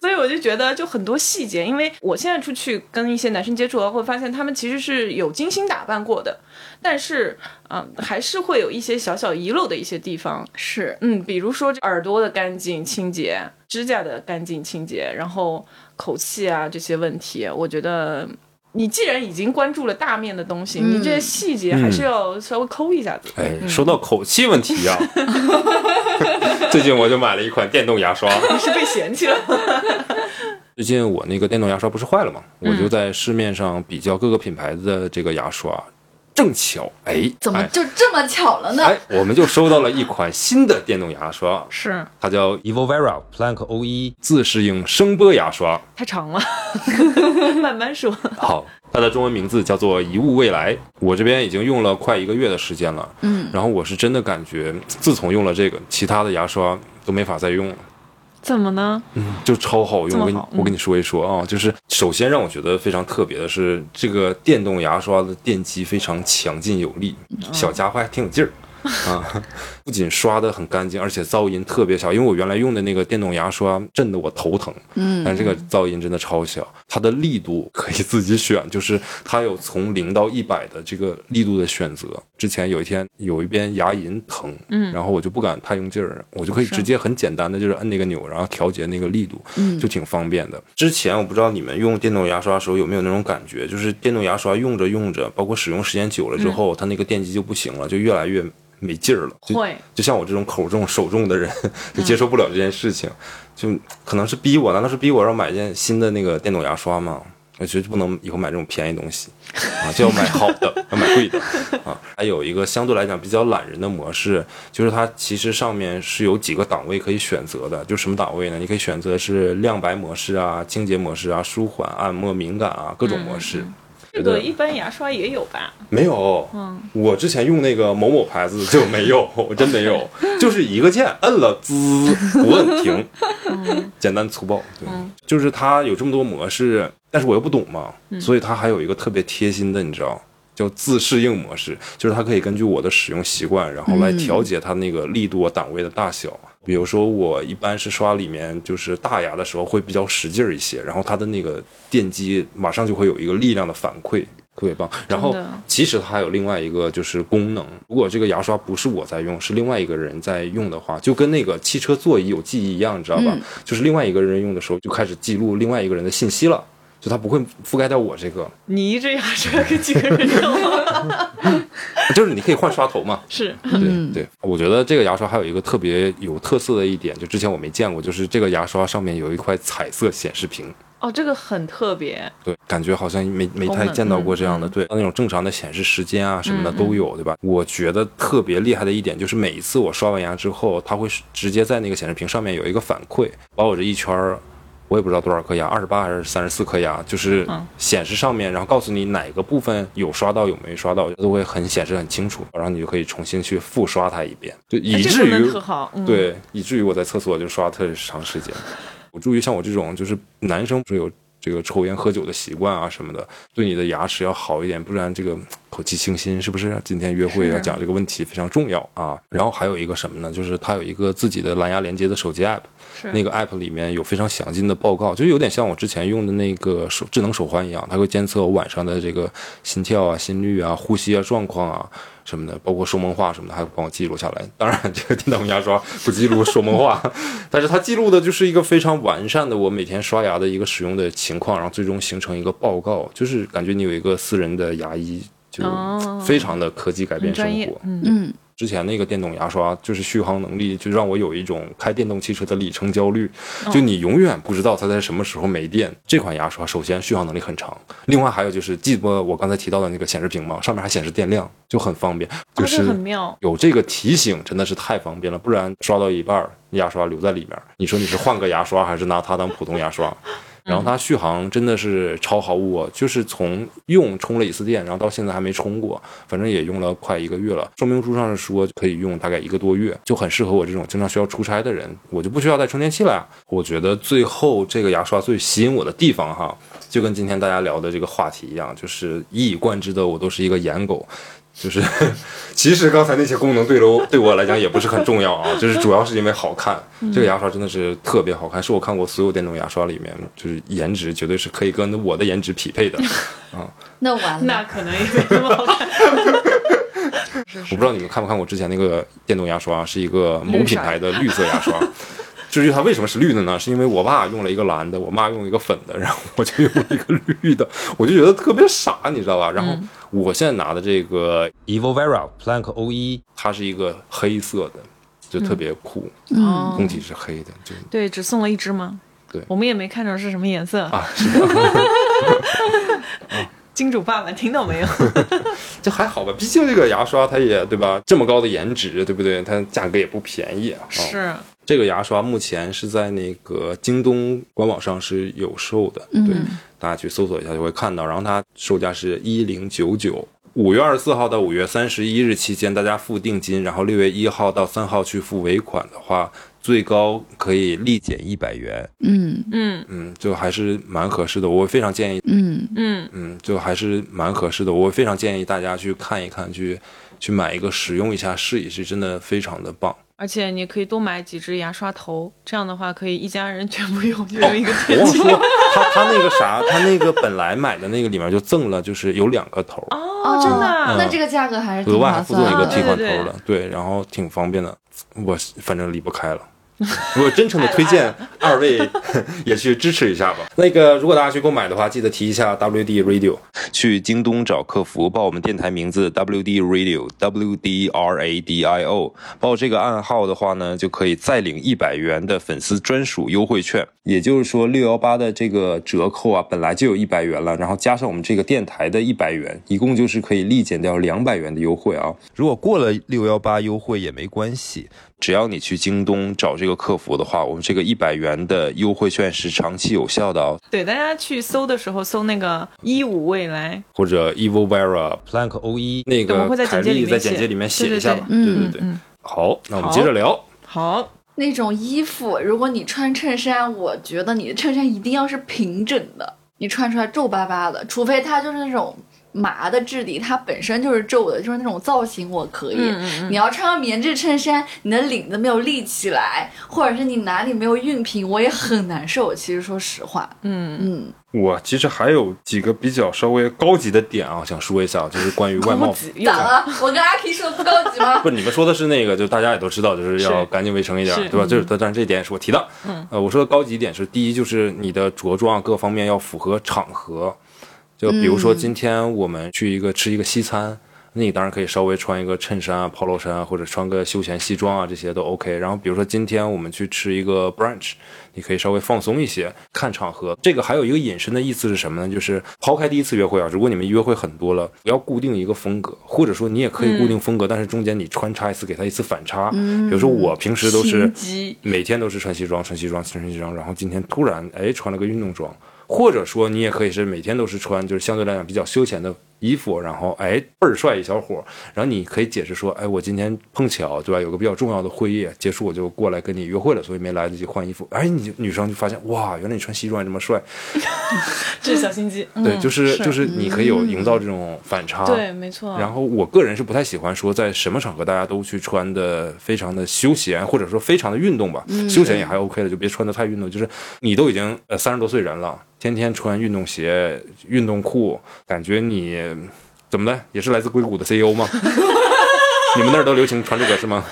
A: 所以我就就觉得就很多细节，因为我现在出去跟一些男生接触的话，会发现他们其实是有精心打扮过的，但是嗯、还是会有一些小小遗漏的一些地方。
D: 是
A: 嗯，比如说这耳朵的干净清洁、指甲的干净清洁，然后口气啊这些问题，我觉得。你既然已经关注了大面的东西，你这些细节还是要稍微抠一下子。
B: 哎，
D: 嗯
B: 说到口气问题
D: (laughs)
B: 啊，最近我就买了一款电动牙刷。
A: 你 (laughs) 是被嫌弃了吗？
B: 最近我那个电动牙刷不是坏了吗？
D: 嗯
B: 我就在市面上比较各个品牌的这个牙刷，正巧哎，
D: 怎么
B: 哎
D: 就这么巧了呢？
B: 哎，我们就收到了一款新的电动牙刷，
A: (laughs) 是
B: 它叫 Evovera Plank O1 自适应声波牙刷。
A: 太长了， (laughs) 慢慢说。
B: 好，它的中文名字叫做“一物未来”。我这边已经用了快一个月的时间了，嗯，然后我是真的感觉，自从用了这个，其他的牙刷都没法再用了，
A: 怎么呢？
B: 就超好
A: 这
B: 用。
A: 么
B: 我跟你
A: 好嗯
B: 我跟你说一说啊，就是首先让我觉得非常特别的是，这个电动牙刷的电机非常强劲有力，
A: 嗯
B: 小家伙还挺
A: (laughs)
B: 有劲儿。啊，不仅刷的很干净，而且噪音特别小。因为我原来用的那个电动牙刷震得我头疼，但这个噪音真的超小，它的力度可以自己选，就是它有从零到一百的这个力度的选择。之前有一天有一边牙龈疼，嗯，然后我就不敢太用劲儿，我就可以直接很简单的就是摁那个钮，然后调节那个力度，嗯，就挺方便的。之前我不知道你们用电动牙刷的时候有没有那种感觉，就是电动牙刷用着用着，包括使用时间久了之后，它那个电机就不行了，就越来越。没劲儿了，就
A: 会
B: 就像我这种口重手重的人，就接受不了这件事情，就可能是逼我，难道是逼我让我买一件新的那个电动牙刷吗？我觉得不能以后买这种便宜东西啊，就要买好的，要买贵的啊。还有一个相对来讲比较懒人的模式，就是它其实上面是有几个档位可以选择的，就什么档位呢？你可以选择是亮白模式啊、清洁模式啊、舒缓、按摩、敏感啊各种模式。
A: 这
B: 觉得
A: 个一般牙刷也有吧？
B: 没有，我之前用那个某某牌子就没有， (laughs) 我真没有，就是一个键摁了滋，不摁停，简单粗暴。对，就是它有这么多模式，但是我又不懂嘛，所以它还有一个特别贴心的，你知道。叫自适应模式，就是它可以根据我的使用习惯，然后来调
A: 嗯
B: 节它那个力度啊、档位的大小。比如说，我一般是刷里面就是大牙的时候会比较使劲儿一些，然后它的那个电机马上就会有一个力量的反馈，特别棒。然后
A: 真的
B: 其实它还有另外一个就是功能，如果这个牙刷不是我在用，是另外一个人在用的话，就跟那个汽车座椅有记忆一样，你知道吧？
A: 嗯
B: 就是另外一个人用的时候就开始记录另外一个人的信息了，就它不会覆盖掉我这个，
A: 你一只牙刷给几个人 (laughs) 用？
B: 就是你可以换刷头嘛。
A: 是
B: 对对，我觉得这个牙刷还有一个特别有特色的一点，就之前我没见过，就是这个牙刷上面有一块彩色显示屏。
A: 哦，这个很特别，
B: 对，感觉好像没没
A: 功
B: 太
A: 能
B: 见到过
A: 嗯
B: 这样的，对，那种正常的显示时间啊什么的都有，对吧？我觉得特别厉害的一点就是，每一次我刷完牙之后，它会直接在那个显示屏上面有一个反馈，把我这一圈儿，我也不知道多少颗牙，二十八还是三十四颗牙，就是
A: 嗯
B: 显示上面，然后告诉你哪个部分有刷到有没刷到，都会很显示很清楚，然后你就可以重新去复刷它一遍，就以
A: 哎这
B: 至
A: 功能
B: 于
A: 特好。嗯，
B: 对，以至于我在厕所就刷特别长时间。我注意像我这种就是男生是有这个抽烟喝酒的习惯啊什么的，对你的牙齿要好一点，不然这个口气清新是不是？今天约会要啊讲这个问题非常重要啊。然后还有一个什么呢？就是它有一个自己的蓝牙连接的手机 app，
A: 是
B: 那个 app 里面有非常详尽的报告，就有点像我之前用的那个手智能手环一样，它会监测我晚上的这个心跳啊、心率啊、呼吸啊状况啊什么的，包括说梦话什么的，还会帮我记录下来。当然， (laughs) 这个电动牙刷不记录说梦话， (laughs) 但是它记录的就是一个非常完善的我每天刷牙的一个使用的情况，然后最终形成一个报告，就是感觉你有一个私人的牙医，就
A: 哦
B: 非常的科技改
A: 很
B: 变生
A: 专业
B: 活。。
A: 嗯，
D: 嗯，
B: 之前那个电动牙刷，就是续航能力，就让我有一种开电动汽车的里程焦虑。
A: 嗯
B: 就你永远不知道它在什么时候没电。这款牙刷首先续航能力很长，另外还有就是记得我刚才提到的那个显示屏嘛，上面还显示电量，就很方便。就
A: 哦，这
B: 是
A: 个很妙。
B: 有这个提醒真的是太方便了，不然刷到一半儿牙刷留在里面，你说你是换个牙刷还是拿它当普通牙刷？然后它续航真的是超好我，就是从用充了一次电，然后到现在还没充过，反正也用了快一个月了。说明书上是说可以用大概一个多月，就很适合我这种经常需要出差的人，我就不需要带充电器了呀。我觉得最后这个牙刷最吸引我的地方哈，就跟今天大家聊的这个话题一样，就是一以贯之的，我都是一个颜狗。就是其实刚才那些功能对我对我来讲也不是很重要啊，就是主要是因为好看。这个牙刷真的是特别好看，是我看过所有电动牙刷里面，就是颜值绝对是可以跟我的颜值匹配的。
D: 那完了，
A: 那可能也没什 (laughs) 么好看。
B: 我不知道你们看没看过之前那个电动牙刷，是一个某品牌的绿色牙刷。至于它为什么是绿的呢？是因为我爸用了一个蓝的，我妈用了一个粉的，然后我就用了一个绿的，我就觉得特别傻，你知道吧？然后我现在拿的这个 Evo Vera Plank O E 一，它是一个黑色的，就特别酷，
A: 哦
B: 工体是黑的，就
A: 对，只送了一只吗？
B: 对
A: 我们也没看着是什么颜色。 (laughs)
B: 啊，是啊吧？
A: 金主爸爸听到没有？
B: 这还好吧，毕竟这个牙刷它也对吧，这么高的颜值，对不对？它价格也不便宜啊。哦
A: 是，
B: 这个牙刷目前是在那个京东官网上是有售的，对，
D: 嗯
B: 大家去搜索一下就会看到。然后它售价是一零九九，五月二十四号到五月三十一日期间，大家付定金，然后六月一号到三号去付尾款的话，最高可以立减一百元。
D: 嗯
A: 嗯
B: 嗯，就还是蛮合适的，我非常建议，
D: 嗯，
A: 嗯，
B: 嗯，就还是蛮合适的，我非常建议大家去看一看，去去买一个使用一下试一试，真的非常的棒。
A: 而且你可以多买几支牙刷头，这样的话可以一家人全部
B: 哦
A: 用，就用一个
B: 我
A: 天
B: 忘
A: 气。
B: 说，他他那个啥，他那个本来买的那个里面就赠了，就是有两个头，
A: 哦，真的啊，
D: 那这个价格还是挺
B: 额外
D: 划
B: 还附赠一
D: 算
B: 个
D: 的。
B: 替换头
A: 对对
B: 的，对，然后挺方便的。我反正离不开了，我真诚的推荐二位 (laughs) 也去支持一下吧。那个，如果大家去购买的话，记得提一下 WD Radio，去京东找客服报我们电台名字 WD Radio W D R A D I O，报这个暗号的话呢，就可以再领一百元的粉丝专属优惠券。也就是说，六幺八的这个折扣啊，本来就有一百元了，然后加上我们这个电台的一百元，一共就是可以立减掉两百元的优惠啊。如果过了六幺八优惠也没关系，只要你去京东找这个客服的话，我们这个一百元的优惠券是长期有效的哦。
A: 对，大家去搜的时候搜那个一五未来，
B: 或者 Evo Vera Plank O 一那
A: 对我
B: 个
A: 们会在
B: 凯
A: 简介里
B: 莉
A: 面
B: 在
A: 写
B: 简介里面写一下吧。
D: 对对对
B: 对对
A: 嗯
B: 对，好，那我们接着聊。
A: 好，
D: 那种衣服，如果你穿衬衫，我觉得你的衬衫一定要是平整的，你穿出来皱巴巴的，除非它就是那种麻的质地，它本身就是皱的，就是那种造型我可以。你要穿个棉质衬衫，你的领子没有立起来，或者是你哪里没有熨平，我也很难受。其实说实话，
A: 嗯，
D: 嗯，
B: 我其实还有几个比较稍微高级的点啊，想说一下，就是关于外
A: (laughs) 高
B: 貌。
A: 级
D: 咋
A: 又
D: 了？我跟阿 K 说的不高级吗
B: 不？是你们说的是那个，就大家也都知道，就是要
A: 是
B: 干净卫生一点
A: 是，
B: 对吧？这是但是这点是我提的。嗯，呃，我说的高级一点是，第一就是你的着装啊各方面要符合场合，就比如说今天我们去一个吃一个西餐，那你当然可以稍微穿一个衬衫啊、polo 衫啊，或者穿个休闲西装啊，这些都 OK。然后比如说今天我们去吃一个 brunch，你可以稍微放松一些，看场合。这个还有一个引申的意思是什么呢？就是抛开第一次约会啊，如果你们约会很多了，不要固定一个风格，或者说你也可以固定风格，但是中间你穿插一次，给他一次反差。比如说我平时都是
A: 贫瘠
B: 每天都是穿西装、穿西装、穿西装，然后今天突然哎穿了个运动装，或者说你也可以是每天都是穿就是相对来讲比较休闲的衣服，然后哎倍儿帅一小伙儿，然后你可以解释说，哎我今天碰巧对吧有个比较重要的会议结束我就过来跟你约会了，所以没来得及换衣服，哎你就女生就发现哇原来你穿西装也这么帅，
A: 这是小心机，
B: 对
A: 嗯
B: 就是
A: 是嗯
B: 就是你可以有营造这种反差，
A: 对，没错。
B: 然后我个人是不太喜欢说在什么场合大家都去穿的非常的休闲，或者说非常的运动吧。
A: 嗯
B: 休闲也还 OK 的，就别穿的太运动。就是你都已经呃三十多岁人了，天天穿运动鞋、运动裤，感觉你怎么的也是来自硅谷的 CEO
A: (laughs)
B: 吗？你们那儿都流行穿这个是吗？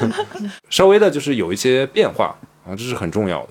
B: 稍微的就是有一些变化啊，这是很重要的。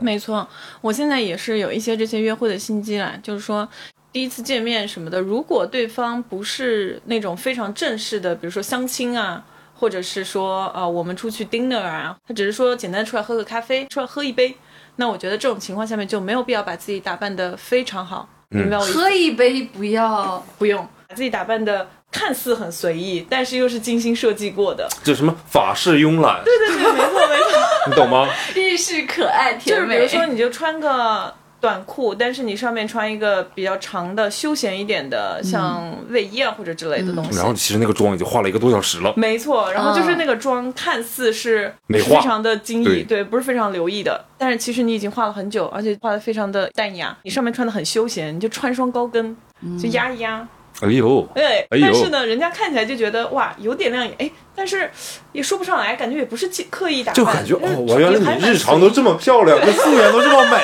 A: 没错，我现在也是有一些这些约会的心机啦，就是说。第一次见面什么的，如果对方不是那种非常正式的，比如说相亲啊，或者是说呃我们出去 dinner 啊，他只是说简单出来喝个咖啡，出来喝一杯，那我觉得这种情况下面就没有必要把自己打扮的非常好，
B: 嗯
A: 明白我意思？
D: 喝一杯不要，
A: 不用把自己打扮的看似很随意，但是又是精心设计过的。 (laughs)
B: 就什么法式慵懒，
A: 对对对，没错没错。
B: 你懂吗？
D: 日式可爱
A: 就
D: 甜
A: 是比
D: 美。
A: 如说，你就穿个短裤，但是你上面穿一个比较长的、休闲一点的，
D: 嗯
A: 像卫衣啊或者之类的东西。
B: 然后其实那个妆已经化了一个多小时了。
A: 没错，然后就是
D: 嗯
A: 那个妆看似是
B: 美化
A: 非常的精
B: 对
A: 益，对，不是非常留意的，但是其实你已经化了很
D: 嗯
A: 久，而且化的非常的淡雅，你上面穿的很休闲，你就穿双高跟，就压一压，
B: 哎呦，
A: 对，
B: 哎呦
A: 但是呢，人家看起来就觉得哇，有点亮眼，哎，但是也说不上来，感觉也不是记刻意打扮，
F: 就感觉
A: 就
F: 哦
A: 是，
F: 我原
A: 也还
F: 来
A: 蛮
F: 你日常都这么漂亮，跟素颜都这么美。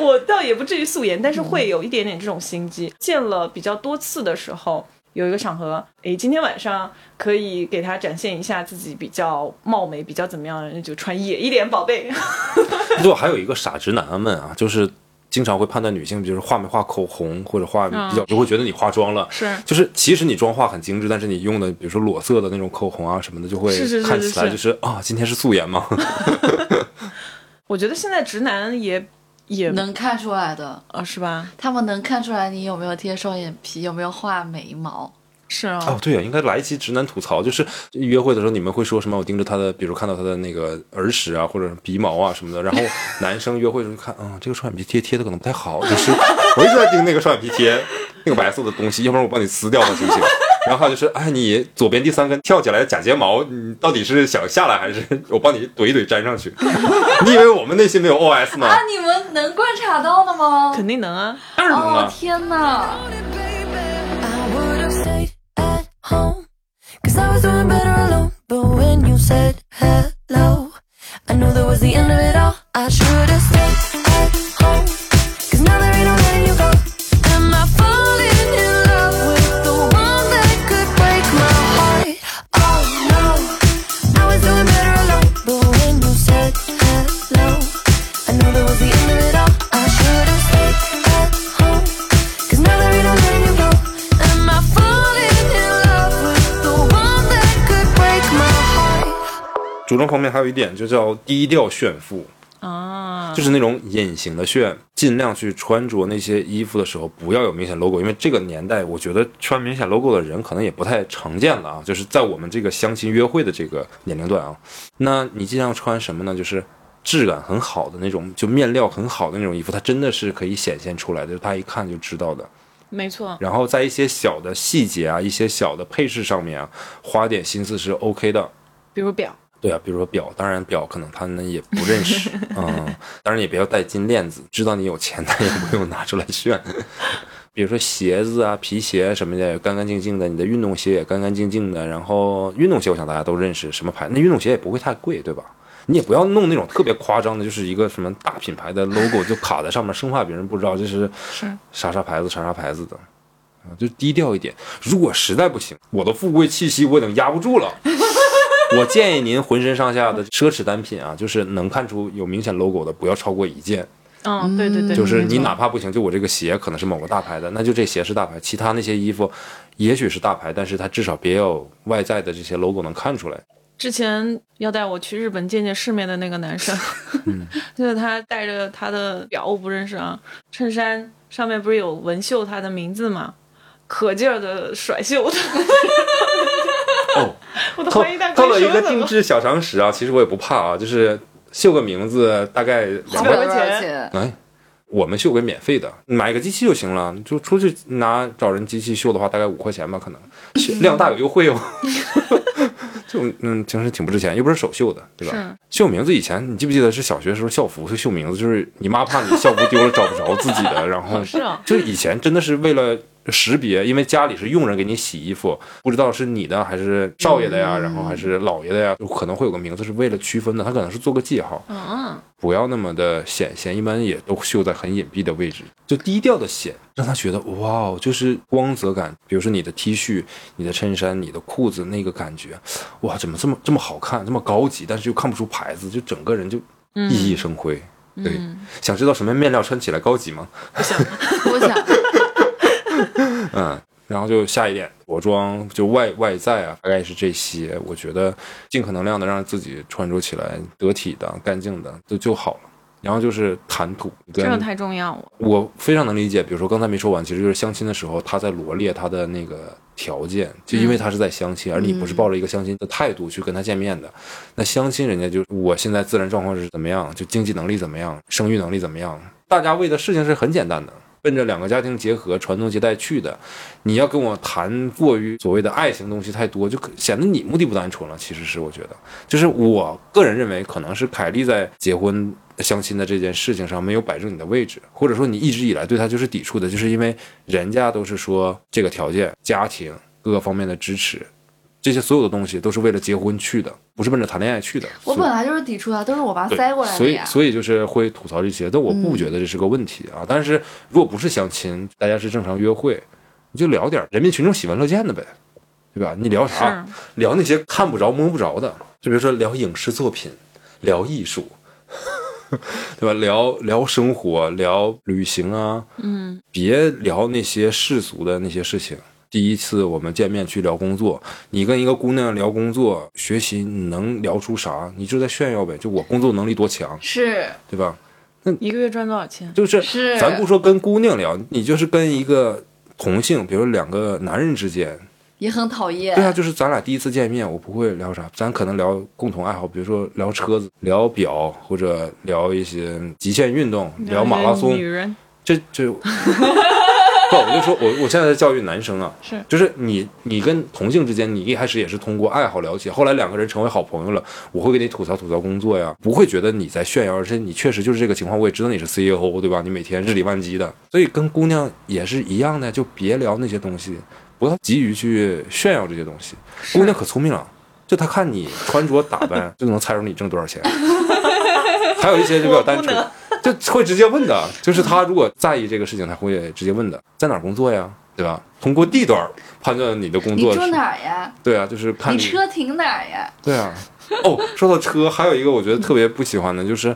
A: 我倒也不至于素颜，但是会有一点点这种心机。见了比较多次的时候，有一个场合，诶，今天晚上可以给他展现一下自己比较貌美、比较怎么样，就穿野一点，宝贝。
B: (laughs)
A: (laughs)
B: 就还有一个傻直男们啊，就是经常会判断女性，比如说画没画口红，或者画比较，就会觉得你化妆了。
A: 嗯是
B: 就是其实你妆化很精致，但是你用的比如说裸色的那种口红啊什么的，就会
A: 是是是
B: 看起来
A: 是
B: 就是啊，今天是素颜吗？
A: 我觉得现在直男也也
D: 能看出来的，
A: 啊，是吧？
D: 他们能看出来你有没有贴双眼皮，有没有画眉毛。
A: 是啊，
B: 哦，对呀、应该来一期直男吐槽，就是约会的时候你们会说什么？我盯着他的，比如看到他的那个耳屎啊，或者鼻毛啊什么的。然后男生约会的时候就看，嗯，这个双眼皮贴贴的可能不太好，就是我一直在盯那个双眼皮贴，那个白色的东西，要不然我帮你撕掉它行不行？然后还有就是，哎，你左边第三根跳起来的假睫毛，你到底是想下来还是我帮你怼一怼粘上去？你以为我们内心没有 OS 吗？
D: 啊，你们能观察到的吗？
A: 肯定能啊。
B: 当然能
D: 哦
B: 啊，
D: 天哪！
G: I would have stayed at home. Cause I was doing better alone. But when you said hello, I knew that was the end of it all. I should have stayed at home. Cause now there ain't no letting you go. Am I falling in love with the one that could break my heart? Oh no. I was doing better alone. But when you said hello, I knew that was the end of it all. I should have stayed at home. Cause now there ain't no letting you go. Am I falling in love with the one that could break my heart?
B: 着装方面还有一点就叫低调炫富。
A: 啊，
B: 就是那种隐形的炫，尽量去穿着那些衣服的时候不要有明显 logo，因为这个年代我觉得穿明显 logo 的人可能也不太常见了啊，就是在我们这个相亲约会的这个年龄段啊，那你尽量穿什么呢？就是。质感很好的那种，就面料很好的那种衣服，它真的是可以显现出来的，就大家一看就知道的。
A: 没错，
B: 然后在一些小的细节啊、一些小的配饰上面啊，花点心思是 OK 的。
A: 比如表，
B: 对啊，比如说表，当然表可能他们也不认识，嗯，当然也不要戴金链子，知道你有钱，但也不用拿出来炫。 (laughs) 比如说鞋子啊、皮鞋什么的，干干净净的，你的运动鞋也干干净净的。然后运动鞋，我想大家都认识，什么牌？那运动鞋也不会太贵，对吧？你也不要弄那种特别夸张的，就是一个什么大品牌的 logo 就卡在上面，生怕别人不知道这是啥啥牌子、啥啥牌子的。啊就低调一点。如果实在不行，我的富贵气息我已经压不住了。 (laughs) 我建议您浑身上下的奢侈单品啊，就是能看出有明显 logo 的，不要超过一件。
A: 嗯，对对对，
B: 就是
A: 没错
B: 你哪怕不行，就我这个鞋可能是某个大牌的，那就这鞋是大牌，其他那些衣服也许是大牌，但是它至少别有外在的这些 logo 能看出来。
A: 之前要带我去日本见见世面的那个男生，
B: 嗯
A: (laughs) 就是他带着他的表，我不认识啊，衬衫上面不是有纹绣他的名字吗？可劲儿的甩袖子，
B: 哦，
A: (laughs) 我都
B: 扣
A: 怀疑他
B: 扣
A: 可
B: 了
A: 以
B: 一
A: 手
B: 个
A: 怎
B: 定
A: 么
B: 制小常识啊，其实我也不怕啊，就是绣个名字，大概两
A: 百
B: 百
A: 块
D: 多
A: 钱
D: 少钱？
B: 哎，我们绣给免费的，买个机器就行了。你就出去拿找人机器绣的话，大概五块钱吧，可能绣量大有优惠哦。 (laughs) 这种嗯，平时挺不值钱，又不是手绣的，对吧？绣名字以前你记不记得是小学时候校服会绣名字，就是你妈怕你校服丢了找不着自己的，然
A: (laughs)
B: 后
A: 是啊
B: 就是以前真的是为了。识别，因为家里是佣人给你洗衣服，不知道是你的还是少爷的
A: 嗯
B: 呀，然后还是老爷的呀，就可能会有个名字是为了区分的，他可能是做个记号。
A: 嗯，
B: 不要那么的显显，一般也都秀在很隐蔽的位置，就低调的显，让他觉得哇哦，就是光泽感。比如说你的 T 恤、你的衬衫、你的裤子那个感觉，哇，怎么这么这么好看，这么高级，但是又看不出牌子，就整个人就
A: 嗯
B: 熠熠生辉。对，想知道什么面料穿起来高级吗？
D: 我想，
B: 嗯，然后就下一点，着装就外外在啊，大概是这些。我觉得尽可能量的让自己穿着起来得体的、干净的就就好了。然后就是谈吐，
A: 这
B: 跟
A: 个太重要了。
B: 我非常能理解，比如说刚才没说完，其实就是相亲的时候，他在罗列他的那个条件，就因为他是在相亲，而你不是抱着一个相亲的态度去跟他见面的。那相亲人家就我现在自然状况是怎么样，就经济能力怎么样，生育能力怎么样，大家为的事情是很简单的，奔着两个家庭结合、传宗接代去的。你要跟我谈过于所谓的爱情东西太多，就可显得你目的不单纯了。其实是我觉得，就是我个人认为，可能是凯莉在结婚相亲的这件事情上没有摆正你的位置，或者说你一直以来对他就是抵触的，就是因为人家都是说这个条件、家庭各个方面的支持，这些所有的东西都是为了结婚去的，不是奔着谈恋爱去的。所
D: 我
B: 以
D: 本来就是抵触的，都是我爸
B: 对
D: 塞过来
B: 所
D: 的
B: 以
D: 呀。嗯
B: 所以就是会吐槽这些，但我不觉得这是个问题啊。但是如果不是相亲，大家是正常约会，你就聊点人民群众喜闻乐见的呗，对吧？你聊啥？聊那些看不着摸不着的，就比如说聊影视作品，聊艺术。 (laughs) 对吧？聊聊生活，聊旅行啊，嗯，别聊那些世俗的那些事情。第一次我们见面去聊工作，你跟一个姑娘聊工作、学习，你能聊出啥？你就在炫耀呗，就我工作能力多强，
D: 是
B: 对吧？
A: 一个月赚多少钱？
B: 就是
D: 是
B: 咱不说跟姑娘聊，你就是跟一个同性，比如两个男人之间，
D: 也很讨厌。
B: 对啊，就是咱俩第一次见面，我不会聊啥，咱可能聊共同爱好，比如说聊车子、聊表，或者聊一些极限运动、聊马拉松
A: 女，人
B: 这这。 (laughs) 不，我就说，我我现在在教育男生啊，
A: 是
B: 就是你你跟同性之间，你一开始也是通过爱好了解，后来两个人成为好朋友了，我会给你吐槽吐槽工作呀，不会觉得你在炫耀，而且你确实就是这个情况，我也知道你是 CEO 对吧？你每天日理万机的，所以跟姑娘也是一样的，就别聊那些东西，不要急于去炫耀这些东西。姑娘可聪明了，就她看你穿着打扮 (laughs) 就能猜出你挣多少钱。 (laughs) 还有一些就比较单纯， (laughs) 就会直接问的，就是他如果在意这个事情，他会直接问的，在哪儿工作呀？对吧？通过地段判断你的工
D: 你
B: 作
D: 住
B: 是，
D: 哪儿呀？
B: 对啊，就是看
D: 你车停哪儿呀？
B: 对啊。哦，说到车，还有一个我觉得特别不喜欢的就是，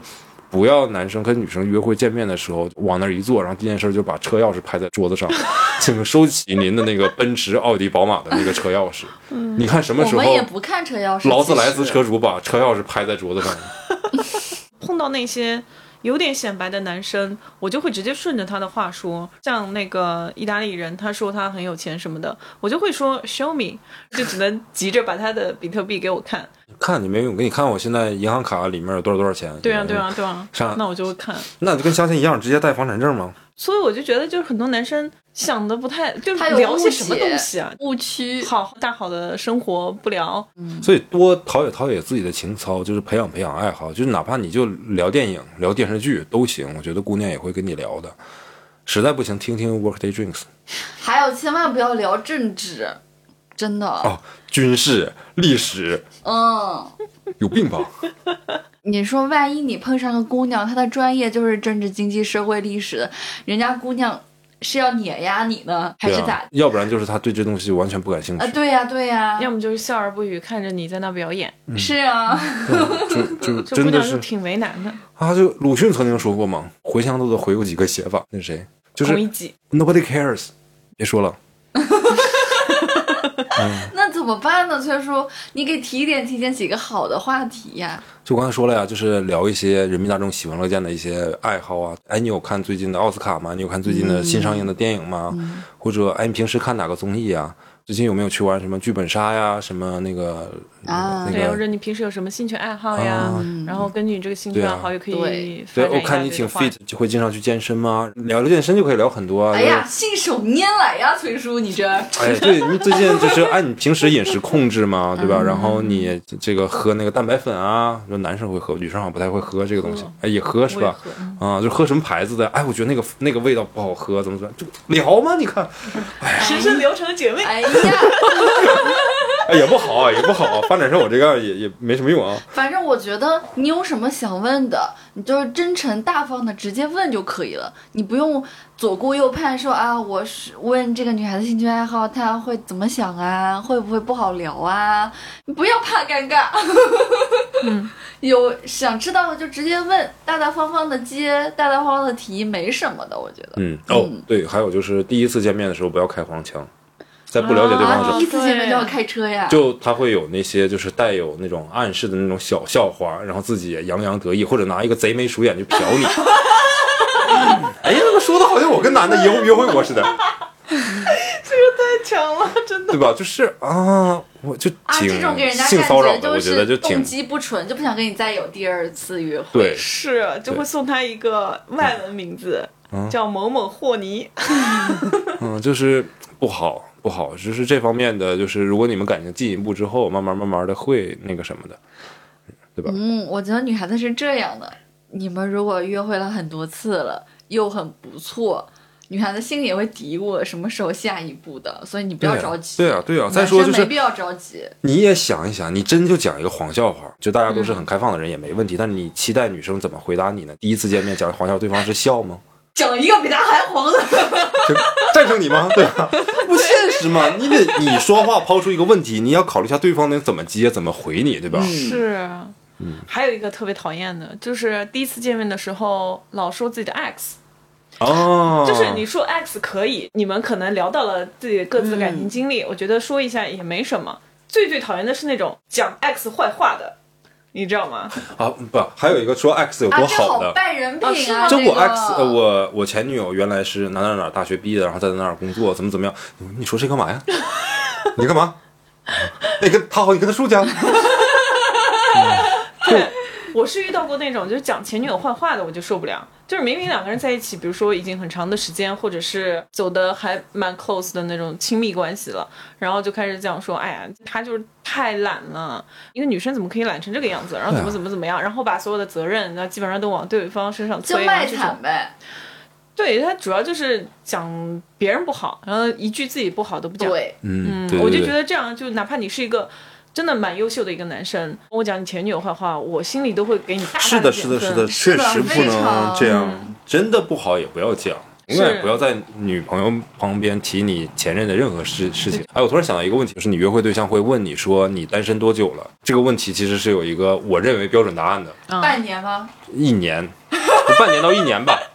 B: 不要男生跟女生约会见面的时候往那儿一坐，然后第一件事就把车钥匙拍在桌
D: (laughs)
B: 子上，请收起您的那个奔驰、奥迪、宝马的那个车钥匙。你看什么
D: 嗯我
B: 时候
D: 们也不看车钥匙。
B: 劳斯莱斯
D: 其实
B: 车主把车钥匙拍在桌子上？
A: 碰到那些有点显摆的男生，我就会直接顺着他的话说，像那个意大利人，他说他很有钱什么的，我就会说 show me，就只能急着把他的比特币给我看。
B: 看你没用，给你看我现在银行卡里面有多少多少钱？
A: 对啊，对啊，对啊
B: 嗯上，
A: 那我就会看。
B: 那就跟相亲一样，直接带房产证吗？
A: 所以我就觉得，就是很多男生想的不太，就
D: 他
A: 是
D: 有
A: 聊些
D: 误
A: 什么
D: 解
A: 东西啊？
D: 误区。
A: 好大好的生活不聊，
B: 所以多陶冶陶冶自己的情操，就是培养培养爱好，就是哪怕你就聊电影、聊电视剧都行，我觉得姑娘也会跟你聊的。实在不行，听听 Workday Drinks
D: 还有，千万不要聊政治，真的。
B: 啊、军事、历史，
D: 嗯。
B: 有病吧？
D: 你说，万一你碰上个姑娘，她的专业就是政治、经济、社会、历史，人家姑娘是要碾压你呢， (laughs) 还
B: 对
D: 是
B: 啊
D: 咋？，
B: 要不然就是他对这东西完全不感兴趣。
D: 啊，对呀、对呀、
A: 要么就是笑而不语，看着你在那表演，
B: 嗯
D: 是啊， (laughs)
B: 就就
A: 这姑
B: 嗯真的
A: 娘就是挺为难的。
D: 呃
B: 啊，就鲁迅曾经说过嘛，回乡都得回过几个写法。那谁？就是
A: 孔乙己，
B: Nobody cares，别说了。
D: 那怎么办呢？崔叔，你给提点提点几个好的话题呀、
B: 就我刚才说了呀，就是聊一些人民大众喜闻乐见的一些爱好啊。哎，你有看最近的奥斯卡吗？你有看最近
D: 嗯
B: 的新上映的电影吗？或者哎，你平时看哪个综艺啊？最近有没有去玩什么剧本杀呀？什么那个、
D: 啊
B: 那
A: 对，或
B: 个
A: 者你平时有什么兴趣爱好呀？
B: 啊
A: 然后根据你这个兴趣
B: 对啊
A: 爱好也可以
D: 对
A: 发
B: 对，
A: 展
B: 我
A: 一大
B: 看你
A: 堆
B: 挺
A: 的话
B: fit，
A: 题。
B: 就会经常去健身吗？聊聊健身就可以聊很多啊。
D: 哎呀，信手拈来呀、崔叔，你这
B: 哎，对，你最近就是哎，你平时饮食控制
D: (laughs)
B: 嘛，对吧？
D: 嗯
B: 然后你这个喝那个蛋白粉啊，就男生会喝，女生好像不太会喝这个东西。
D: 哦
B: 哎，也喝是吧
A: 我也？
B: 啊、就喝什么牌子的？哎，我觉得那个那个味道不好喝，怎么怎么就聊嘛？你看，
A: 神圣流程姐妹，
D: 哎呀，
B: 哎，也不好啊，也不好啊，发展成我这个样也也没什么用啊。
D: 反正我觉得你有什么想问的，你就是真诚大方的直接问就可以了，你不用左顾右盼说啊，我是问这个女孩子兴趣爱好，她会怎么想啊，会不会不好聊啊？你不要怕尴尬，有想知道的就直接问，大大方方的接，大大方方的提，没什么的，我觉得。
B: 嗯，哦，对，还有就是第一次见面的时候不要开黄腔，在不了解对方的时
D: 啊，
B: 候，
D: 第一次见面
A: 对
D: 就要开车呀？
B: 就他会有那些就是带有那种暗示的那种小笑话，然后自己也洋洋得意，或者拿一个贼眉鼠眼去瞟你。 (laughs) 哎呀，怎么说的好像我跟男的约会约会过似的，
A: 太强了，真的。
B: 对吧？就是啊，我就
D: 啊，
B: 挺
D: 这种给人家
B: 性
D: 感
B: 骚扰
D: 觉
B: 的，我
D: 就
B: 觉得就是挺
D: 动机不纯，就不想跟你再有第二次约会。
B: 对。
A: 是，就会送他一个外文名字，叫某某霍尼。
B: 嗯，就是不好，不好，就是这方面的，就是如果你们感情进一步之后，慢慢慢慢的会那个什么的，对吧？
D: 嗯，我觉得女孩子是这样的，你们如果约会了很多次了，又很不错，女孩子心里也会嘀咕什么时候下一步的，所以你不要
B: 对啊
D: 着急。
B: 对啊，对啊。
D: 男
B: 再说
D: 生
B: 就是
D: 没必要着急。
B: 你也想一想，你真就讲一个黄笑话，就大家
D: 嗯
B: 都是很开放的人也没问题，但你期待女生怎么回答你呢？第一次见面讲黄笑，对方是笑吗？ (laughs)
D: 讲一个比他还黄的，
B: 就战胜你吗？对吧？不现实嘛，你得你说话抛出一个问题，你要考虑一下对方能怎么接，怎么回你，对吧？
A: 是啊，
B: 嗯
A: 还有一个特别讨厌的，就是第一次见面的时候老说自己的 X，
D: 嗯
B: 哦，
A: 就是你说 X 可以，你们可能聊到了自己各自的
B: 嗯
A: 感情经历，我觉得说一下也没什么。最最讨厌的是那种讲 X 坏话的，你知道吗？
B: 啊，不，还有一个说 X 有
D: 啊，
B: 多
D: 这好
B: 的。
D: 败人品
A: 啊是
D: 啊！
A: 吗
B: 就我
D: 这个
B: X，、呃、我我前女友原来是哪哪哪大学毕业的，然后在哪哪工作，怎么怎么样？你你说这干嘛呀？你干嘛？那个他好，你跟他说去啊。
A: 我是遇到过那种就是讲前女友坏话的，我就受不了。就是明明两个人在一起，比如说已经很长的时间，或者是走的还蛮 close 的那种亲密关系了，然后就开始讲说，哎呀，他就是太懒了，一个女生怎么可以懒成这个样子？然后怎么怎么怎么样，然后把所有的责任，那基本上都往对方身上
D: 就
A: 推，然后
D: 卖
A: 这种
D: 惨呗。
A: 对他主要就是讲别人不好，然后一句自己不好都不讲。
D: 对，
B: 嗯，
A: 我就觉得这样，就哪怕你是一个真的蛮优秀的一个男生，我讲你前女友坏话，我心里都会给你大大
B: 是
A: 的
B: 的，是
A: 减
B: 的，
A: 分
B: 是的，确
D: 是的
B: 实不
D: 非
B: 能
D: 常
B: 这样，
D: 嗯
B: 真的不好也不要讲。永
A: 是
B: 远不要在女朋友旁边提你前任的任何事事情。哎，我突然想到一个问题，就是你约会对象会问你说你单身多久了？这个问题其实是有一个我认为标准答案的，
D: 半年吗？
B: 一年，半年到一年吧。 (laughs)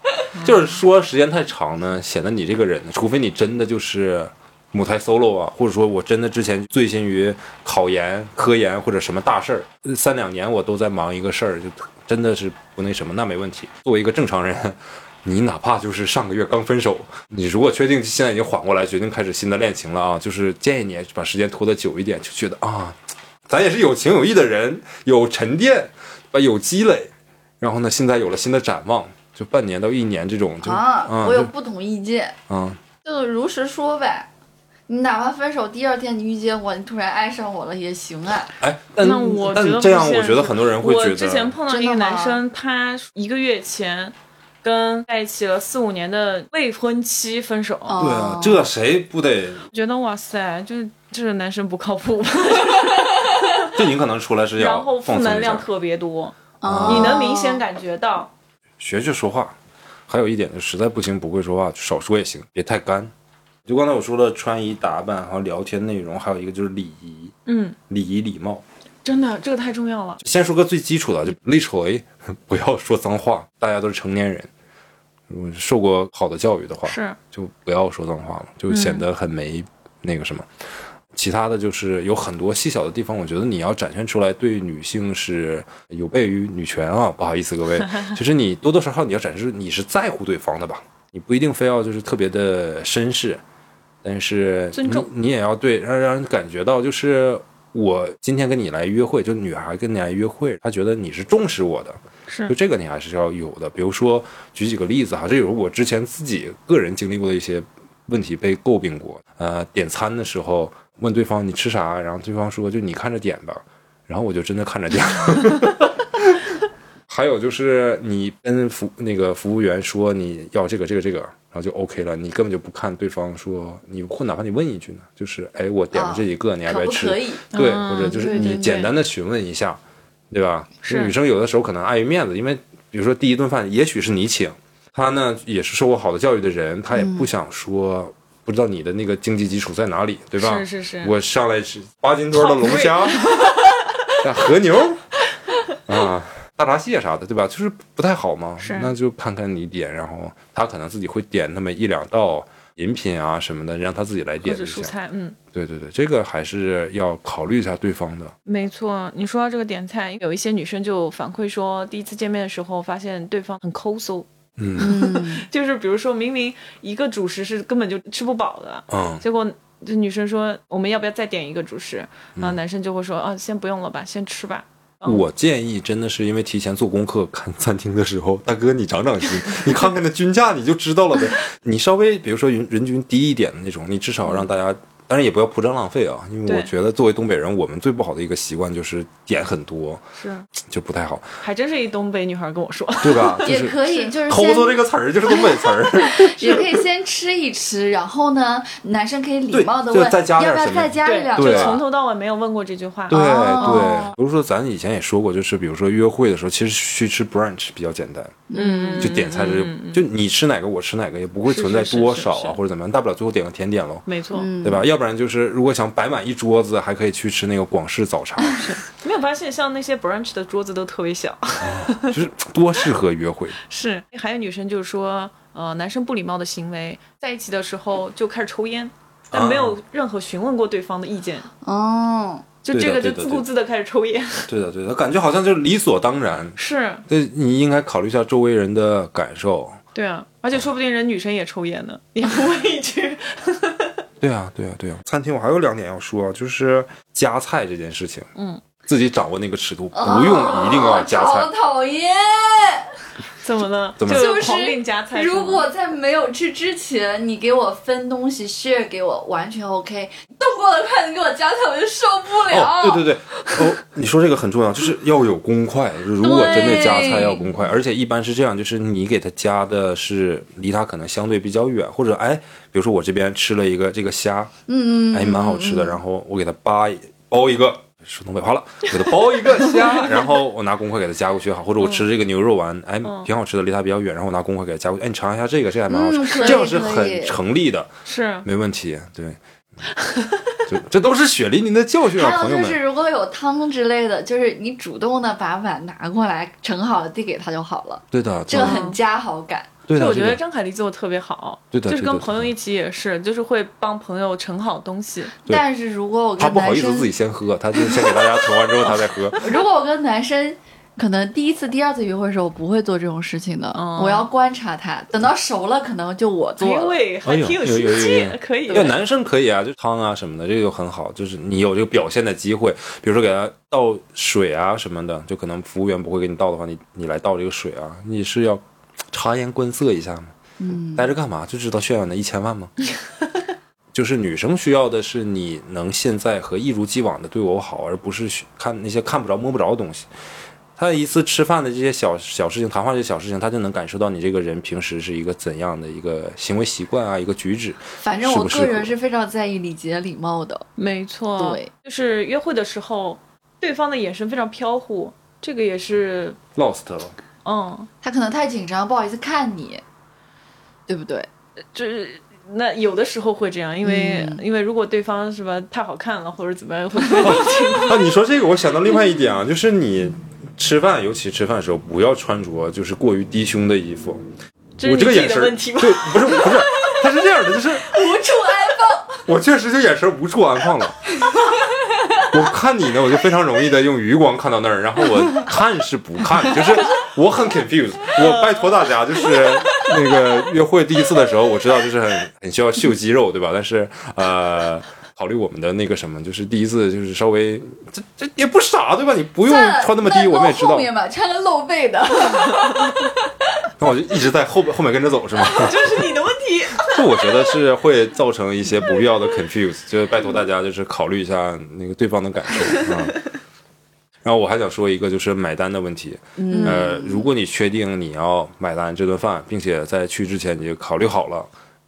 B: 就是说时间太长呢，显得你这个人，除非你真的就是母胎 solo 啊，或者说我真的之前醉心于考研、科研或者什么大事儿，呃三两年我都在忙一个事儿，就真的是不那什么，那没问题。作为一个正常人。你哪怕就是上个月刚分手，你如果确定现在已经缓过来，决定开始新的恋情了啊，就是建议你把时间拖得久一点，就觉得啊，咱也是有情有义的人，有沉淀，啊有积累，然后呢，现在有了新的展望，就半年到一年这种就
D: 啊，
B: 嗯
D: 我有
B: 就
D: 不同意见，
B: 嗯，
D: 就如实说呗。你哪怕分手第二天你遇见我，你突然爱上我了也行啊。
B: 哎，但
A: 那我觉得
B: 但这样，
A: 不
B: 我
A: 现
B: 觉得
A: 实
B: 很多人会觉
A: 我之前
B: 得，
A: 碰到一个男生，他一个月前跟在一起了四五年的未婚妻分手，我
B: 对啊，这谁不得？
A: 觉得哇塞，就是这个男生不靠
B: (laughs)
A: 谱，
B: 就你可能出来是
A: 然
B: 要
A: 后负
B: 放松
A: 能
B: 一下
A: 量，特别多，
D: 哦
A: 你能明显感觉到。
B: 学学说话。还有一点，就实在不行不会说话，就少说也行，别太干。就刚才我说了，穿衣打扮，还有聊天内容，还有一个就是礼仪，
A: 嗯，
B: 礼仪礼貌。
A: 真的，这个太重要了。
B: 先说个最基础的，就立锤， (laughs) 不要说脏话。大家都是成年人，如果受过好的教育的话，
A: 是
B: 就不要说脏话了，就
A: 嗯
B: 显得很没那个什么。其他的就是有很多细小的地方，我觉得你要展现出来，对女性是有悖于女权啊！不好意思，各
A: (laughs)
B: 位，就是你多多少少你要展示你是在乎对方的吧，你不一定非要就是特别的绅士，但是
A: 尊重
B: 你，你也要对让让人感觉到，就是我今天跟你来约会，就女孩跟你来约会，她觉得你是重视我的，
A: 是
B: 就这个你还是要有的。比如说，举几个例子哈，这有我之前自己个人经历过的一些问题被诟病过。呃，点餐的时候问对方你吃啥，然后对方说就你看着点吧，然后我就真的看着点。 (laughs) 还有就是你跟服那个服务员说你要这个这个这个，然后就 OK 了，你根本就不看对方说你或哪怕你问一句呢，就是哎我点了这一个，你要不
D: 哦
B: 要
D: 可不
B: 吃？
D: 可以？
B: 对，
A: 嗯
B: 或者就是
D: 对对
B: 你
D: 对
B: 简单的询问一下，对吧？
A: 是
B: 女生有的时候可能碍于面子，因为比如说第一顿饭也许是你请，她呢也是受过好的教育的人，她也不
A: 嗯
B: 想说不知道你的那个经济基础在哪里，对吧？
A: 是是是
B: 啊我上来是八斤多的龙
A: (laughs)
B: 虾，大和牛啊。大闸蟹啥的，对吧？就是不太好嘛
A: 是，
B: 那就看看你点，然后她可能自己会点那么一两道饮品啊什么的，让她自己来
A: 或
B: 点
A: 者
B: 一
A: 蔬
B: 下。
A: 菜，嗯，
B: 对对对，这个还是要考虑一下对方的。
A: 没错。你说到这个点菜，有一些女生就反馈说，第一次见面的时候发现对方很抠搜，
D: 嗯，
A: (laughs) 就是比如说明明一个主食是根本就吃不饱的，
B: 嗯，
A: 结果这女生说我们要不要再点一个主食？
B: 嗯
A: 然后男生就会说啊，先不用了吧，先吃吧。
D: 嗯
B: 我建议真的是因为提前做功课，看餐厅的时候，大哥你长长心，你看看那均价你就知道了呗。你稍微比如说人人均低一点的那种，你至少让大家当然也不要铺张浪费啊，因为我
A: 对
B: 觉得作为东北人，我们最不好的一个习惯就是点很多，
A: 是，
B: 就不太好，
A: (laughs) 还真是一东北女孩跟我说，
B: 对
D: (laughs)
B: 吧？就
D: 也
B: 是
D: 可以，就是
B: 抠
D: 先
B: 搜这个词儿就是东北词儿，
D: 也可以先吃一吃，然后呢，男生可以礼貌的
B: 对
D: 问
B: 就再加点
D: 要不要
B: 什么
D: 再加一
A: 对
D: 两，
B: 对啊
A: 就
D: 个
A: 从头到尾没有问过这句话。
B: (laughs) 对
D: 哦
B: 对，比如说咱以前也说过，就是比如说约会的时候，其实去吃 brunch 比较简单，
A: 嗯，
B: 就点菜就就你吃哪个我吃哪个，也不会
A: 是
B: 存在
A: 是是
B: 多
A: 是
B: 少
A: 是
B: 啊或者怎么样，大不了最后点个甜点喽。
A: 没错。
B: 对吧？要不然就是如果想摆满一桌子，还可以去吃那个广式早茶， (laughs)
A: 没有发现像那些 brunch 的桌子都特别小。
B: 就是多适合约会。
A: 是，还有女生就是说，呃，男生不礼貌的行为，在一起的时候就开始抽烟，但没
B: 啊
A: 有任何询问过对方的意见，
D: 哦，
A: 就
B: 对
A: 这
B: 的
A: 个
B: 对
A: 就
B: 的
A: 自
B: 对
A: 顾
B: 的
A: 自的开始抽烟。
B: (laughs)
A: (laughs)
B: 对的，对的，感觉好像就是理所当然。
A: 是，
B: 对，你应该考虑一下周围人的感受。
A: 对啊，而且说不定人女生也抽烟呢，也不问一
B: (laughs)
A: 句。
B: 对啊，对啊，对啊。餐厅我还有两点要说，啊就是夹菜这件事情，嗯，哦自己掌握那个尺度，不用一定要夹菜
D: 好。讨厌。
A: 怎么了？
B: 怎么了
A: 就
D: 就
A: 狂
D: 是
A: 给你夹菜是吗？
D: 如果在没有吃之前，你给我分东西 share 给我，完全 OK。动过的筷子给我夹菜，我就受不了。
B: 哦，对对对，哦，你说这个很重要，就是要有公筷。如果真的夹菜
D: 对
B: 要公筷，而且一般是这样，就是你给他夹的是离他可能相对比较远，或者哎，比如说我这边吃了一个这个虾，嗯嗯，哎蛮好吃的，然后我给他扒一包一个。说东北话了，给他包一个虾，
D: (laughs)
B: 然后我拿公筷给他夹过去也好，或者我吃这个牛肉丸，哎，挺好吃的，离他比较远，然后我拿公筷给他夹过去，哎，你尝一下这个，这个还蛮好
D: 嗯
B: 吃，
D: 可以
B: 这样是
D: 可以
B: 很成立的，
A: 是
B: 没问题，
D: (laughs)
B: 对，就这都是血淋淋的教训啊，
D: 还有
B: 朋友
D: 就
B: 们。
D: 是，如果有汤之类的，就是你主动的把碗拿过来盛好了递给他就好了，
B: 对的，
D: 这
B: 对
D: 个
B: 的
D: 很加好感。
B: 对
A: 就
B: 的，
A: 我觉得
B: 对的
A: 张凯丽做的特别好，
B: 对的
A: 就是
B: 对
A: 跟
B: 的
A: 朋友
B: 对的
A: 一起也是，就是会帮朋友盛好东西。
B: 对
D: 但是如果我
B: 他
D: 跟
B: 不好
D: 男
B: 意思
D: 生
B: 自己先喝，他就先给大家盛完之后他再喝。
D: (laughs) 如果我跟男生可能第一次、第二次约会的时候，我不会做这种事情的，
A: 嗯
D: 我要观察他，等到熟了，可能就我做
A: 哎
D: 了。
A: 喂，还
B: 哎呦
A: 挺有
B: 有
A: 心
B: 有有
A: 机
B: 有有，
A: 可以。
B: 要男生可以啊，就汤啊什么的，这个就很好，就是你有这个表现的机会。比如说给他倒水啊什么的，就可能服务员不会给你倒的话，你你来倒这个水啊，你是要察言观色一下吗？嗯，待着干嘛？就知道炫耀那一千万吗？ (laughs) 就是女生需要的是你能现在和一如既往的对我好，而不是去看那些看不着摸不着的东西。他一次吃饭的这些小小事情，谈话这些小事情，他就能感受到你这个人平时是一个怎样的一个行为习惯啊，一个举止。
D: 反正我
B: 适不适合
D: 个人是非常在意礼节礼貌的。
A: 没错，
D: 对，
A: 就是约会的时候，对方的眼神非常飘忽，这个也是，
B: lost 了。
A: 嗯，
D: 他可能太紧张，不好意思看你，对不对？
A: 就是。那有的时候会这样，因为、因为如果对方是吧太好看了或者怎么样，会 (laughs)
B: 啊，你说这个，我想到另外一点啊，就是你吃饭，尤其吃饭的时候，不要穿着就是过于低胸的衣服。
A: 这是
B: 我
A: 你
B: 这个
A: 自己
B: 眼
A: 的
B: 神
A: 问题吧？
B: 就不是不是，他是这样的，就是
D: 无处安放。
B: 我确实就眼神无处安放了。我看你呢，我就非常容易的用余光看到那儿，然后我看是不看，就是我很 confused。我拜托大家，就是那个约会第一次的时候，我知道就是很很需要秀肌肉，对吧？但是呃。考虑我们的那个什么，就是第一次，就是稍微这这也不傻，对吧？你不用穿那么低，我们也知
D: 那
B: 道
D: 后。面吧，穿个露
A: (laughs)
D: 背的。
B: 那我就一直在后后面跟着走，是吗？
A: 这是你的问题。
B: 这我觉得是会造成一些不必要的 confuse，就是拜托大家就是考虑一下那个对方的感受啊。 (laughs) 然后我还想说一个就是买单的问题，呃，如果你确定你要买单这顿饭，并且在去之前你就考虑好了。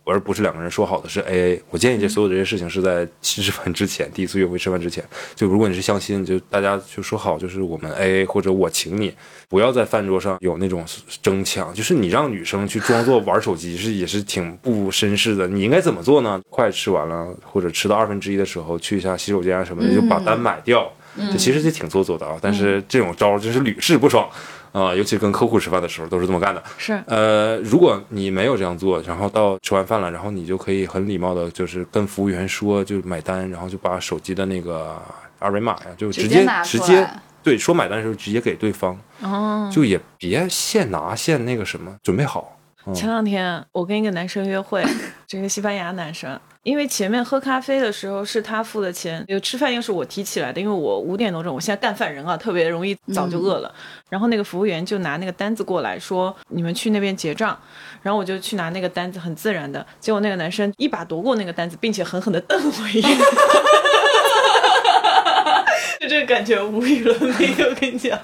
B: 而不是两个人说好的是 A A，我建议这所有这些事情是在吃饭之前，第一次约会吃饭之前，就如果你是相亲，就大家就说好，就是我们 A A 或者我请你，不要在饭桌上有那种争抢，就是你让女生去装作玩手机是也是挺不绅士的。你应该怎么做呢？快吃完了或者吃到二分之一的时候，去一下洗手间啊什么的，就把单买掉。这其实就挺做作的啊，但是这种招儿真是屡试不爽啊、尤其跟客户吃饭的时候都是这么干的。
A: 是
B: 呃，如果你没有这样做，然后到吃完饭了，然后你就可以很礼貌的，就是跟服务员说，就买单，然后就把手机的那个二维码呀，就
D: 直
B: 直
D: 接
B: 接
D: 拿
B: 直
D: 出
B: 接
D: 来嗯
B: 对说买单的时候直接给对方，
A: 哦，
B: 就也别现拿现那个什么，准备好。
A: 前两天我跟一个男生约会，这个西班牙男生，因为前面喝咖啡的时候是他付的钱，有吃饭又是我提起来的，因为我五点多钟，我现在干饭人啊，特别容易早就饿了。然后那个服务员就拿那个单子过来说，你们去那边结账。然后我就去拿那个单子，很自然的，结果那个男生一把夺过那个单子，并且狠狠的瞪我一眼。就这个感觉无与伦比，我跟你讲，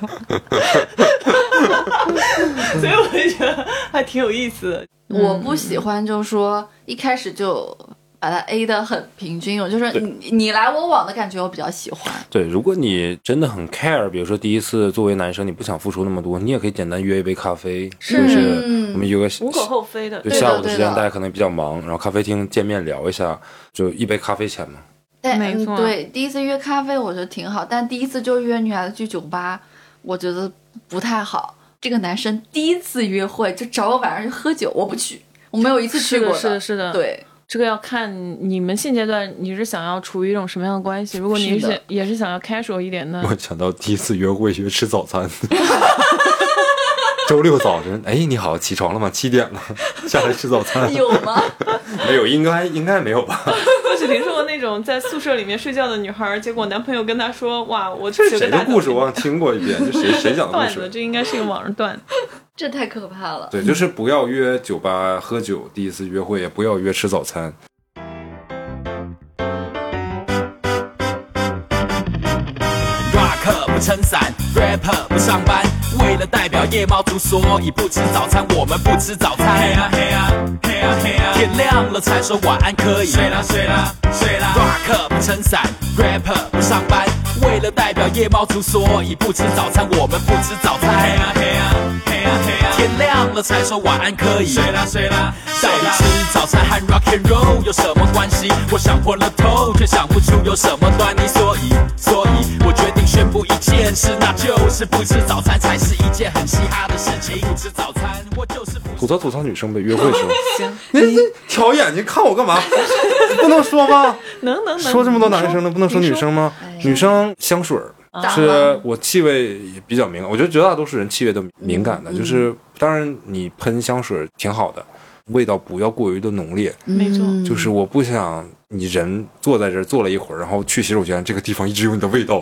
A: 所以我就觉得还挺有意思的。
D: 我不喜欢，就是说一开始就把它 A 的很平均，我就是你你来我往的感觉，我比较喜欢。
B: 对，如果你真的很 care，比如说第一次作为男生你不想付出那么多，你也可以简单约一杯咖啡，就是
D: 嗯
B: 我们约个
A: 无可厚非的，
B: 对
D: 对的
B: 下午的时
D: 对
B: 间
D: 的
B: 大家可能比较忙，然后咖啡厅见面聊一下，就一杯咖啡钱嘛。
D: 但
A: 没
D: 嗯
A: 错
D: 对，第一次约咖啡我觉得挺好，但第一次就约女孩子去酒吧，我觉得不太好。这个男生第一次约会就找我晚上去喝酒，我不去，我没有一次去
A: 是
D: 过
A: 的，是的，是的，。
D: 对，
A: 这个要看你们现阶段你是想要处于一种什么样的关系。如果你
D: 是
A: 是
D: 的。
A: 也是想要 casual 一点的，
B: 我想到第一次约会约吃早餐， (laughs) 周六早晨，哎，你好，起床了吗？七点了，下来吃早餐
A: 哎
D: 有吗？ (laughs)
B: 没有，应该应该没有
A: (laughs)
B: 吧？
A: 我只听说过那种在宿舍里面睡觉的女孩，结果男朋友跟她说：“哇，我
B: 这
A: 这
B: 是谁的故事？我好像听过一遍，这谁谁讲的故
A: 段子，
B: 事？
A: 这应该是一个网上段子。
D: 这太可怕了。
B: 对，就是不要约酒吧喝酒，第一次约会也不要约吃早餐。
H: rock 不撑伞，rapper 不上班。为了代表夜猫族，所以不吃早餐。我们不吃早餐。嘿啊嘿啊嘿啊嘿啊！天亮了才说晚安可以。睡啦睡啦睡啦。rock 不撑伞，rapper 不上班。为了代表夜猫族，所以不吃早餐。我们不吃早餐。嘿啊嘿啊嘿啊嘿啊！天亮了才说晚安可以。睡啦睡啦睡啦。到底吃早餐和 rock and roll 有什么关系？我想破了头，却想不出有什么端倪。所以所以我决定宣布一件事，那就是不吃早餐才是一件很嘻哈的事情。不吃早餐，我就是不
B: 吐槽吐槽女生呗，约会的时候。
A: (laughs) 行，
B: 你这挑眼睛看我干嘛？ (laughs) 不能说
A: (laughs)
B: 吗？
A: 能能能，
B: 说这么多男生呢，不能说女生吗？
A: 哎
B: 女生香水儿
A: 啊
B: 是我气味也比较敏感，我觉得绝大多数人气味都敏感的，就是当然你喷香水儿挺好的，味道不要过于的浓烈，
A: 没错
D: 嗯
B: 就是我不想你人坐在这儿坐了一会儿，然后去洗手间，这个地方一直有你的味道，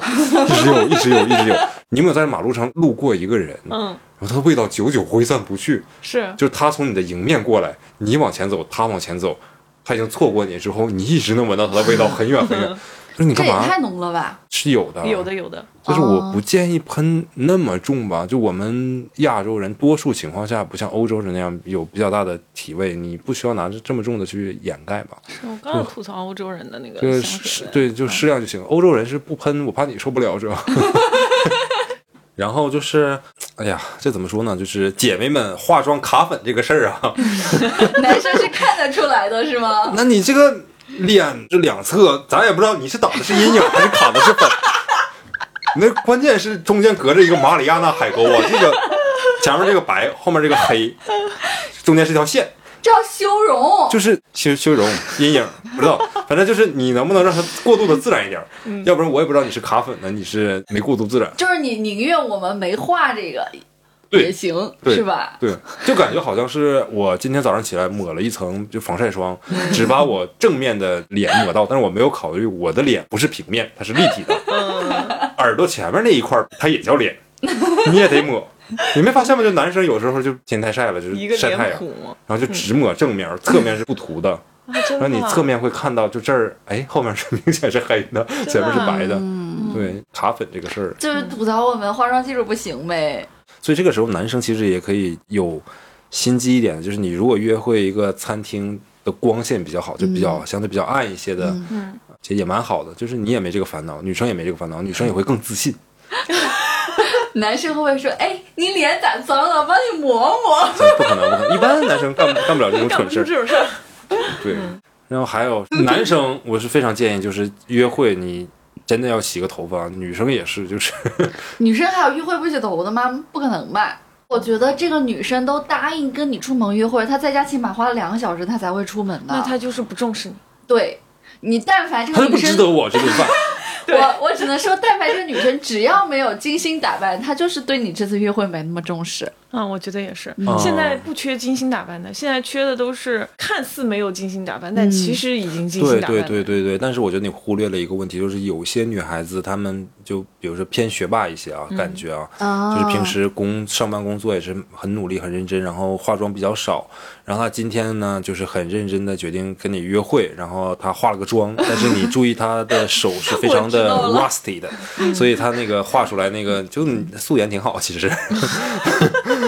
B: 一直有，一直有，一直有。你有没有在马路上路过一个人，然
A: 嗯，
B: 后他的味道久久挥散不去？
A: 是
B: 就是他从你的迎面过来，你往前走，他往前走，他已经错过你之后，你一直能闻到他的味道，很远很远。就是你
D: 这
B: 干
D: 也
B: 嘛？
D: 太浓了吧？ (laughs)
B: 是有的，
A: 有的有的，
B: 就是啊我不建议喷那么重吧，就我们亚洲人多数情况下不像欧洲人那样有比较大的体味，你不需要拿着这么重的去掩盖吧。
A: 是我刚刚吐槽欧洲人的那个
B: 就是
A: 香
B: 适
A: 水的，
B: 对，就适量就行。欧洲人是不喷，我怕你受不了，主要。 (laughs) 然后就是，哎呀，这怎么说呢？就是姐妹们化妆卡粉这个事儿啊，
D: 男生是看得出来的，是吗？
B: (laughs) 那你这个脸这两侧，咱也不知道你是打的是阴影还是卡的 (laughs) 是粉。那关键是中间隔着一个马里亚纳海沟啊，这个前面这个白，后面这个黑，中间是条线，
D: 这要修容，
B: 就是修修容阴影，不 (laughs) 知道，反正就是你能不能让它过度的自然一点儿，要不然我也不知道你是卡粉呢，你是没过度自然。
D: 就是你宁愿我们没画这个
B: 对
D: 也行，
B: 对
D: 是吧？
B: 对，就感觉好像是我今天早上起来抹了一层就防晒霜，
A: 嗯
B: 只把我正面的脸抹到，但是我没有考虑我的脸不是平面，它是立体的，
A: 嗯
B: 耳朵前面那一块儿它也叫脸，你也得抹。你没发现吗？就男生有时候就天太晒了，就
A: 一个
B: 是晒
A: 脸
B: 太阳，
A: 谱，
B: 然后就只抹正面，侧面是不涂的。
A: 啊真
B: 然
A: 的
B: 后你
A: 啊，
B: 侧面会看到，就这儿，哎，后面是明显是黑的，前面是白的。
A: 啊嗯
B: 对，卡粉这个事儿，
D: 就是吐槽我们化妆技术不行呗。
B: 所以这个时候男生其实也可以有心机一点，就是你如果约会一个餐厅的光线比较好，就比较、相对比较暗一些的，
A: 嗯
B: 其实也蛮好的。就是你也没这个烦恼，女生也没这个烦恼，女生也会更自信。
D: 男生会不会说：“哎，你脸咋脏了？我帮你抹抹。
B: 不可能，不可能，一般男生干不干不了这种
A: 干
B: 蠢
A: 不
B: 事
A: 出这种
B: 儿。
A: 嗯事儿，
B: 对，然后还有男生，我是非常建议，就是约会你真的要洗个头发，女生也是，就是 (laughs)
D: 女生还有约会不洗头的吗？不可能吧？我觉得这个女生都答应跟你出门约会，她在家起码花了两个小时，她才会出门的。
A: 那他就是不重视你。
D: 对你，但凡这
B: 他
D: 个
B: 就不
D: 女
B: 值
D: 生
B: 得我这顿饭。
D: 我我只能说，但凡这个女生只要没有精心打扮，她就是对你这次约会没那么重视。
A: 嗯，我觉得也是。现
B: 哦
A: 在不缺精心打扮的，现在缺的都是看似没有精心打
D: 嗯
A: 扮，但其实已经精心
B: 对
A: 打扮
B: 对
A: 了。
B: 对对对，但是我觉得你忽略了一个问题，就是有些女孩子她们就比如说偏学霸一些啊，感觉啊，
D: 啊
B: 就是平时工上班工作也是很努力很认真，然后化妆比较少，然后她今天呢就是很认真的决定跟你约会，然后她化了个妆，但是你注意她的手是非常
D: 我知
B: 的
D: 道了
B: rusty 的，所以她那个画出来那个就你素颜挺好，其实 (laughs)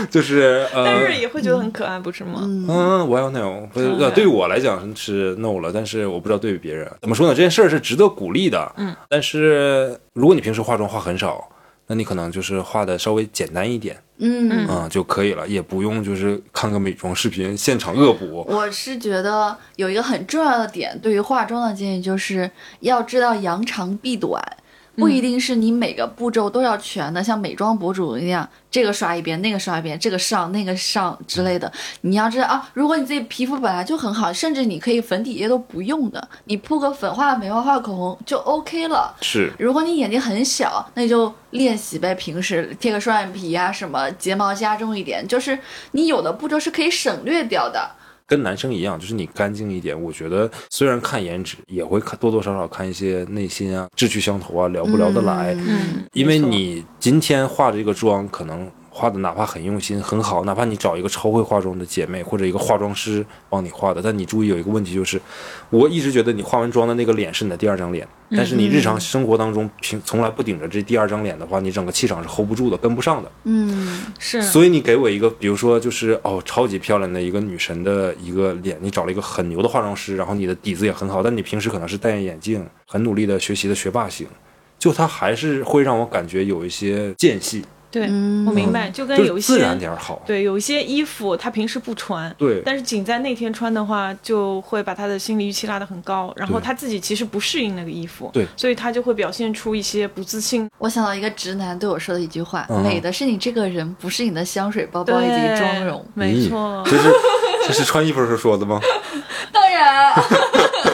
B: 就是呃，
A: 但是也会觉得很可爱，不是吗？
B: 嗯，Well no，不是呃，对我来讲是 no 了，但是我不知道对于别人怎么说呢？这件事儿是值得鼓励的，嗯，但是如果你平时化妆化很少，那你可能就是化的稍微简单一点，
D: 嗯，
B: 嗯就可以了，也不用就是看个美妆视频现场恶补，
D: 我是觉得有一个很重要的点，对于化妆的建议就是要知道扬长避短。不一定是你每个步骤都要全的，像美妆博主那样，这个刷一遍，那个刷一遍，这个上那个上之类的。你要知道啊，如果你自己皮肤本来就很好，甚至你可以粉底液都不用的，你铺个粉、画个眉毛、画个口红就 OK 了。
B: 是
D: 如果你眼睛很小，那就练习呗，平时贴个双眼皮啊，什么睫毛加重一点，就是你有的步骤是可以省略掉的。
B: 跟男生一样，就是你干净一点。我觉得虽然看颜值，也会看多多少少看一些内心啊、志趣相投啊、聊不聊得来，
A: 嗯，
B: 因为
D: 没错
B: 你今天化这个妆，可能化的哪怕很用心、很好，哪怕你找一个超会化妆的姐妹或者一个化妆师帮你化的，但你注意有一个问题就是，我一直觉得你化完妆的那个脸是你的第二张脸，
D: 嗯
B: 但是你日常生活当中平从来不顶着这第二张脸的话，你整个气场是 hold 不住的，跟不上的。
D: 嗯，
A: 是。
B: 所以你给我一个，比如说就是哦，超级漂亮的一个女神的一个脸，你找了一个很牛的化妆师，然后你的底子也很好，但你平时可能是戴眼镜，很努力的学习的学霸型，就她还是会让我感觉有一些间隙，
A: 对，
D: 嗯
A: 我明白，就跟
B: 嗯就
A: 有
B: 是
A: 一
B: 自然
A: 些
B: 点儿好。
A: 对有一些衣服，他平时不穿，
B: 对
A: 但是仅在那天穿的话，就会把他的心理预期拉得很高，然后
B: 对
A: 他自己其实不适应那个衣服，
B: 对
A: 所以他就会表现出一些不自信，
D: 我想到一个直男对我说的一句话：“
B: 嗯
D: 美的是你这个人，不是你的香水、包包以及妆容。
A: 对
B: 嗯
A: 没错
B: 咦，这是这是穿衣服时候说的吗？”
D: (laughs) 当然， (laughs)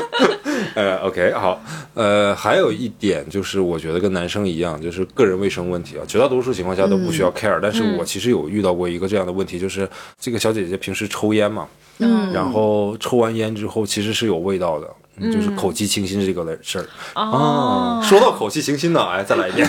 B: 呃，OK，好，呃，还有一点就是，我觉得跟男生一样，就是个人卫生问题啊，绝大多数情况下都不需要 care、但是我其实有遇到过一个这样的问题，就是这个小姐姐平时抽烟嘛，
D: 嗯
B: 然后抽完烟之后其实是有味道的，嗯就是口气清新这个的事儿。
A: 哦，
B: 说到口气清新呢，哎，再来
A: (laughs)
B: 一遍。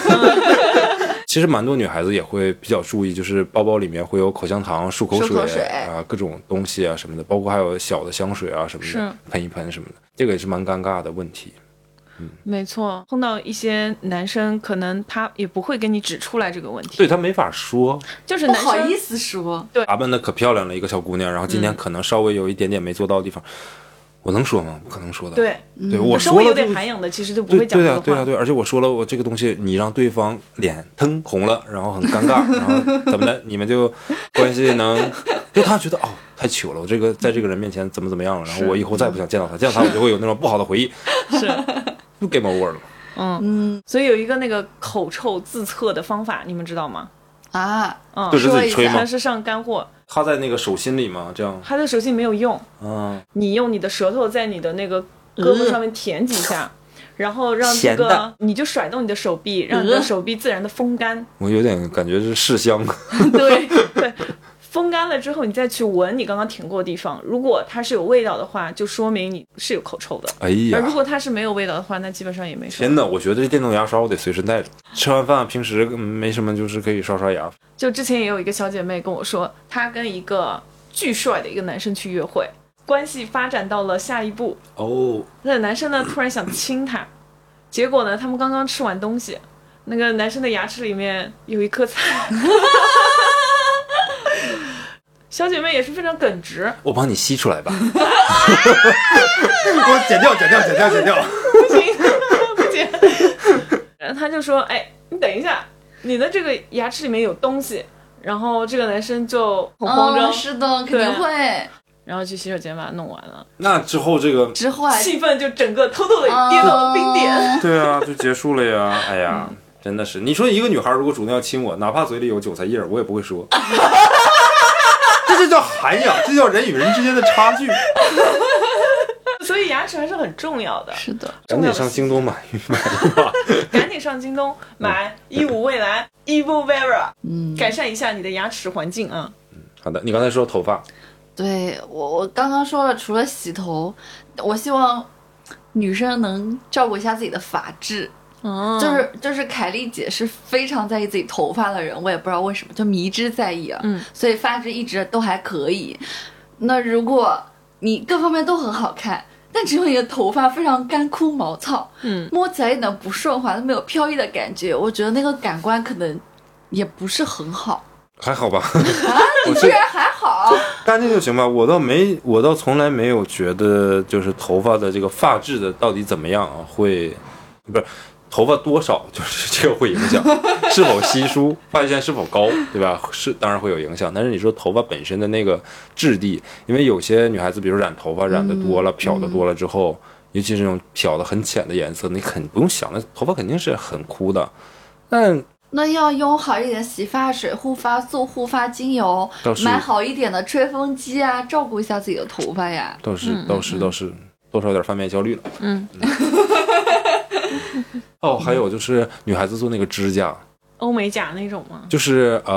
B: 其实蛮多女孩子也会比较注意，就是包包里面会有口香糖、漱口
D: 漱口水
B: 啊，各种东西啊什么的，包括还有小的香水啊什么
A: 是
B: 的，喷一喷什么的，这个也是蛮尴尬的问题。
A: 没错，碰到一些男生，可能他也不会跟你指出来这个问题，
B: 对她没法说，
A: 就是
D: 不
A: 男生
D: 好意思说，
B: 打扮的可漂亮了一个小姑娘，然后今
A: 嗯
B: 天可能稍微有一点点没做到的地方，我能说吗？不可能说的。
A: 对，
D: 嗯
B: 对，我
A: 稍微
B: 说
A: 有
B: 了就
A: 点涵养的，其实就不
B: 对
A: 会讲
B: 对
A: 这
B: 啊
A: 个
B: 对啊
A: 话，
B: 对啊，而且我说了，我这个东西你让对方脸腾红了，然后很尴尬，然后怎么的，你们就关系能，就他觉得哦太糗了，我这个在这个人面前怎么怎么样了，然后我以后再也不想见到他，见到他我就会有那种不好的回忆，
A: 是， (laughs)
B: 就 game over 了。啊
A: 所以有一个那个口臭自测的方法，你们知道吗？
D: 啊，
A: 嗯
B: 对着自己
D: 说一
B: 吹
D: 下
A: 它
B: 吗？
A: 是上干货，
B: 他在那个手心里嘛，这样，
A: 它的手信没有用，
B: 嗯，
A: 你用你的舌头在你的那个胳膊上面舔几下，
B: 嗯
A: 然后让这
E: 咸
A: 个
E: 的
A: 你就甩动你的手臂，让你的手臂自然的风
B: (laughs)
A: 干。
B: 我有点感觉是试香，
A: 对对，风干了之后，你再去闻你刚刚舔过的地方，如果它是有味道的话，就说明你是有口臭的；
B: 哎
A: 而
B: 呀，
A: 如果它是没有味道的话，那基本上也没事。
B: 天呐，我觉得这电动牙刷我得随身带着，吃完饭平时嗯没什么，就是可以刷刷牙。
A: 就之前也有一个小姐妹跟我说，她跟一个巨帅的一个男生去约会，关系发展到了下一步，
B: 哦，
A: 那男生呢突然想亲她，结果呢他们刚刚吃完东西，那个男生的牙齿里面有一颗菜。小姐妹也是非常耿直，
B: 我帮你吸出来吧。 (laughs) 我剪掉，剪掉，剪掉，剪掉。
A: 不行，不行。然后他就说：“哎，你等一下，你的这个牙齿里面有东西。”然后这个男生就很慌张，
D: 嗯，是的，肯定会。
A: 然后去洗手间把它弄完了，
B: 那之后这个，
D: 之后还
A: 气氛就整个偷偷的
D: 哦
A: 跌到了冰点。 (laughs)
D: 嗯
B: 对啊，就结束了呀。哎呀，真的是，你说一个女孩如果主动要亲我，哪怕嘴里有韭菜叶儿，我也不会 (laughs) 说。这就叫涵养，这叫人与人之间的差距。
A: 所以牙事还是很重要的。
D: 是的，
B: 赶紧上京东买一买吧。
A: 赶紧上京东
B: 嗯
A: 买一五未来 Evo Vera，
D: 嗯，
A: 改善一下你的牙齿环境啊。
B: 好的，你刚才说头发，
D: 对我我刚刚说了，除了洗头，我希望女生能照顾一下自己的发质。
A: 嗯
D: 就是就是凯丽姐是非常在意自己头发的人，我也不知道为什么，就迷之在意啊。
A: 嗯，
D: 所以发质一直都还可以。那如果你各方面都很好看，但只有你的头发非常干枯毛糙，
A: 嗯，
D: 摸起来一点不顺滑，都没有飘逸的感觉，我觉得那个感官可能也不是很好。
B: 还好 (laughs) 吧？
D: 你居然还好，
B: (laughs) 干净就行吧。我倒没，我倒从来没有觉得就是头发的这个发质的到底怎么样啊，会不是头发多少，就是这个会影响是否稀疏，发际线是否高，对吧？是当然会有影响，但是你说头发本身的那个质地，因为有些女孩子，比如染头发染的多了、漂的多了之后，尤其是那种漂的很浅的颜色，你肯不用想，那头发肯定是很枯的。但
D: 那要用好一点的洗发水、护发素、护发精油
B: 倒，是
D: 买好一点的吹风机啊，照顾一下自己的头发呀。
B: 倒是倒是倒是，多少有点贩卖焦虑了。
A: 嗯
B: (laughs) 哦，还有就是女孩子做那个指甲，
A: 欧美甲那种吗？
B: 就是
D: 都好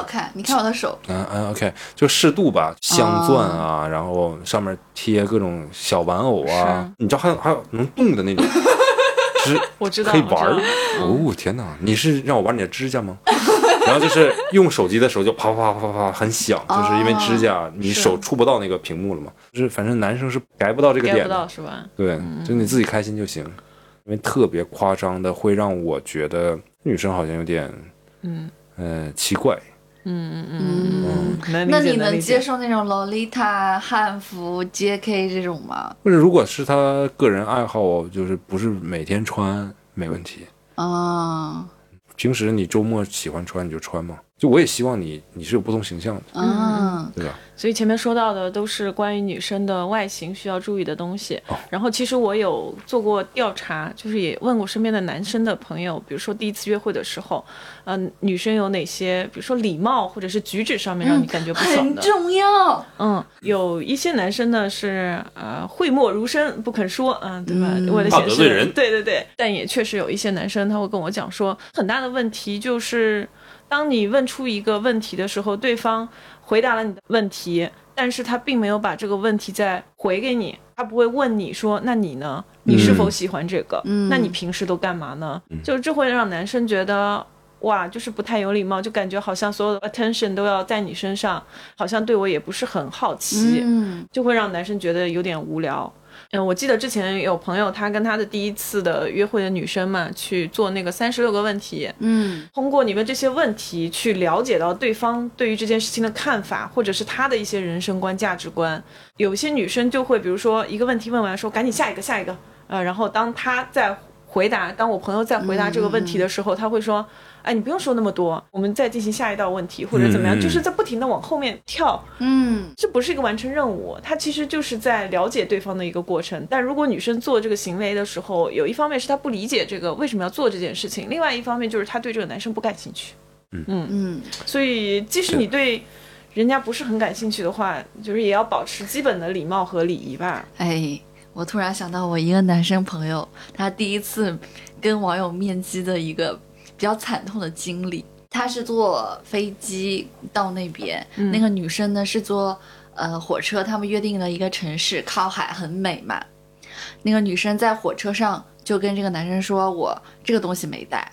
B: 呃，
D: 看，你看我的手，
B: 嗯嗯，OK，就适度吧，
A: 哦
B: 镶钻啊，然后上面贴各种小玩偶啊，你知道还有还有能动的那种，就是
A: (laughs) 我知道
B: 可以玩
A: 我
B: 儿
A: 知道。嗯
B: 哦天哪，你是让我玩你的指甲吗？然后就是用手机的时候就啪啪啪啪啪很响，就是因为指
A: 哦
B: 甲你手触不到那个屏幕了嘛，就是反正男生是改不到这个
A: get
B: 点
A: 不
B: 的
A: 到，是吧？
B: 对，
A: 嗯
B: 就你自己开心就行。因为特别夸张的会让我觉得女生好像有点
A: 嗯
B: 呃奇怪，
D: 嗯，
A: 能理
D: 那
A: 解
D: 你能
A: 理
D: 接
A: 解
D: 受那种洛丽塔汉服、JK 这种吗？
B: 或者如果是他个人爱好，就是不是每天穿没问题。
D: 嗯
B: 平时你周末喜欢穿你就穿嘛。就我也希望你你是有不同形象的，
D: 嗯，
B: 对吧？
A: 所以前面说到的都是关于女生的外形需要注意的东西。然后其实我有做过调查，就是也问过身边的男生的朋友，比如说第一次约会的时候，嗯、女生有哪些，比如说礼貌或者是举止上面让你感觉不爽
D: 很
A: 的？
D: 重要。
A: 嗯，有一些男生呢是呃讳莫如深，不肯说，嗯、对吧？为了
E: 怕
A: 显
E: 得
A: 示
E: 罪人
A: 对对对。但也确实有一些男生他会跟我讲说，很大的问题就是，当你问出一个问题的时候，对方回答了你的问题，但是他并没有把这个问题再回给你，他不会问你说，那你呢？你是否喜欢这个？
D: 嗯
A: 那你平时都干嘛呢？就是这会让男生觉得。哇，就是不太有礼貌，就感觉好像所有的 attention 都要在你身上，好像对我也不是很好奇，
D: 嗯
A: 就会让男生觉得有点无聊。嗯，我记得之前有朋友，他跟他的第一次的约会的女生嘛，去做那个三十六个问题，
D: 嗯
A: 通过你们这些问题去了解到对方对于这件事情的看法，或者是他的一些人生观、价值观。有些女生就会，比如说一个问题问完说赶紧下一个，下一个，呃，然后当她在回答，当我朋友在回答这个问
D: 嗯
A: 题的时候，他会说。哎，你不用说那么多，我们再进行下一道问题或者怎么样，
B: 嗯嗯
A: 就是在不停的往后面跳，
D: 嗯
A: 这不是一个完成任务，它其实就是在了解对方的一个过程。但如果女生做这个行为的时候，有一方面是她不理解这个为什么要做这件事情，另外一方面就是她对这个男生不感兴趣。
D: 嗯，
A: 所以，即使你对人家不是很感兴趣的话，就是也要保持基本的礼貌和礼仪吧。
D: 哎，我突然想到我一个男生朋友，他第一次跟网友面基的一个比较惨痛的经历。他是坐飞机到那边，那个女生呢是坐呃火车，他们约定了一个城市靠海，很美嘛。那个女生在火车上就跟这个男生说：“我这个东西没带，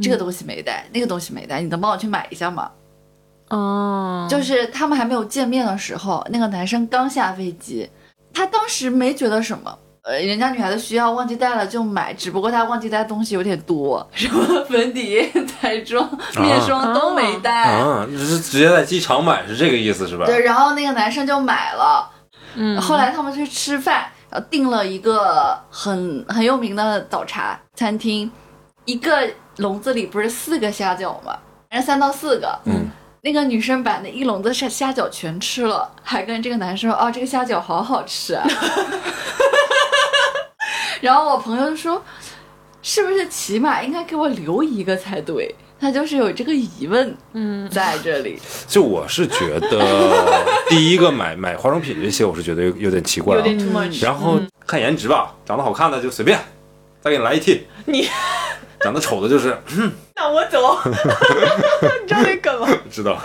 D: 这个东西没带，那个东西没带，你能帮我去买一下吗？”
A: 哦就
D: 就是他们还没有见面的时候，那个男生刚下飞机，他当时没觉得什么。呃，人家女孩子需要忘记带了就买，只不过他忘记带东西有点多，什么粉底、 (laughs) 彩妆、面霜都没带。
A: 哎
E: 啊，这是直接在机场买是这个意思是吧？
D: 对，然后那个男生就买了。
A: 嗯
D: 后来他们去吃饭，然后订了一个很很有名的早茶餐厅，一个笼子里不是四个虾饺吗？反正三到四个。嗯。那个女生把那一笼子虾虾饺全吃了，还跟这个男生说：“哦，这个虾饺 (laughs) 好好吃啊。”然后我朋友就说：“是不是起码应该给我留一个才对？他就是有这个疑问，嗯，在这里
B: 就我是觉
A: (laughs)
B: 得第一个买买化妆品这些，我是觉得有有点奇怪、啊，
A: 有点 too much。
B: 然后看颜值吧，长得好看的就随便，再给你来一 T。
A: 你
B: (laughs) 长得丑的就是
A: 那我走，你知道这梗吗？啊
B: 知道，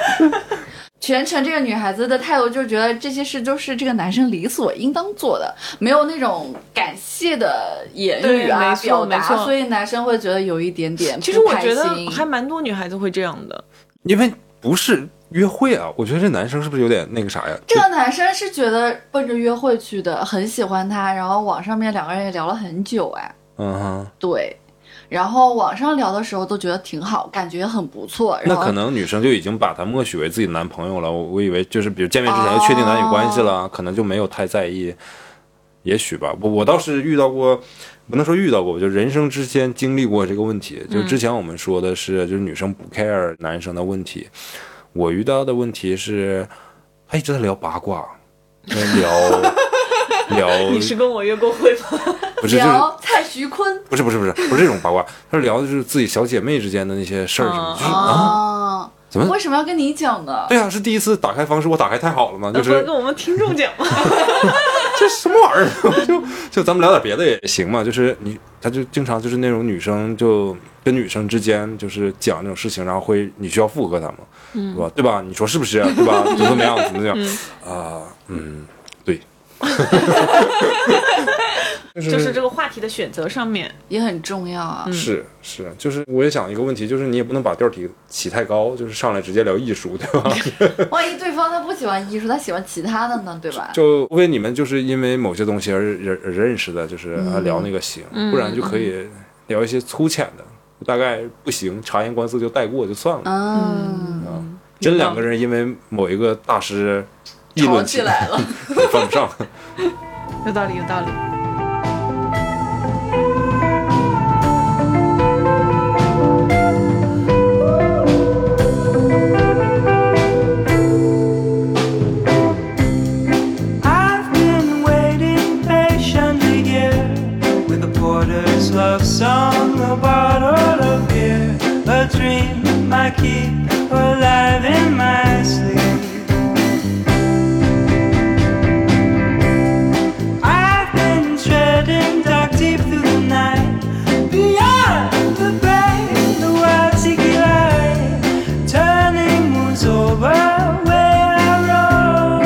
D: 全程这个女孩子的态度就是觉得这些事都是这个男生理所应当做的，没有那种感谢的言语
A: 对没
D: 啊
A: 错
D: 表
A: 没
D: 达，
A: 错
D: 所以男生会觉得有一点点
A: 其实我觉
D: 不
A: 得
D: 开心
A: 还蛮多女孩子会这样的，
B: 因为不是约会啊，我觉得这男生是不是有点那个啥呀？
D: 这个男生是觉得奔着约会去的，很喜欢她，然后网上面两个人也聊了很久哎，
B: 嗯哼，
D: 对，然后网上聊的时候都觉得挺好，感觉很不错，
B: 那
D: 然后
B: 可能女生就已经把他默许为自己的男朋友了。我我以为就是比如见面之前就确定男女关系
A: 哦
B: 了，可能就没有太在意，也许吧。我我倒是遇到过，不能说遇到过，我就人生之间经历过这个问题。就之前我们说的是，就是女生不 care 男生的问题，我遇到的问题是，他一直在聊八卦，聊聊
A: 你是跟我约过会吗？
B: 不是就是
D: 聊蔡徐坤
B: 不是不是不是不是这种八卦，他是聊的就是自己小姐妹之间的那些事儿什
A: 嗯
B: 么的，就是啊，
D: 啊，
B: 怎么
D: 为什么要跟你讲呢？
B: 对啊，是第一次打开方式，我打开太好了嘛，就
A: 不能 (laughs)
B: 是
A: 跟我们听众讲吗？
B: (laughs) 这什么玩意儿， (laughs) 就就咱们聊点别的也行嘛，就是你，他就经常就是那种女生就跟女生之间就是讲这种事情，然后会你需要附和她嘛，嗯，对吧？对吧？你说是不是？对吧？怎么怎么样？怎么怎么样？啊，嗯，对，
A: (laughs) 就是这个话题的选择上面，
D: 也很重要啊。
B: 是是，就是我也想一个问题，就是你也不能把调提起太高，就是上来直接聊艺术，对吧？
D: 万一对方他不喜欢艺术，他喜欢其他的呢，对吧？
B: 就为你们就是因为某些东西而认而认识的，就是
D: 嗯
B: 啊聊那个行，不然就可以聊一些粗浅的，大概不行，察言观色就带过就算了。
D: 嗯，
B: 真两个人因为某一个大师议
D: 吵
B: 论
D: 起来了。
B: (laughs) 来，犯不上。
A: 有道理，有道理。
I: I've been waiting patiently here with the porter's love song, a bottle of beer, a dream I keep alive in my sleep. I've been treading dark deep through the night, beyond the bay, the wild tiki light, turning moons over where I roam.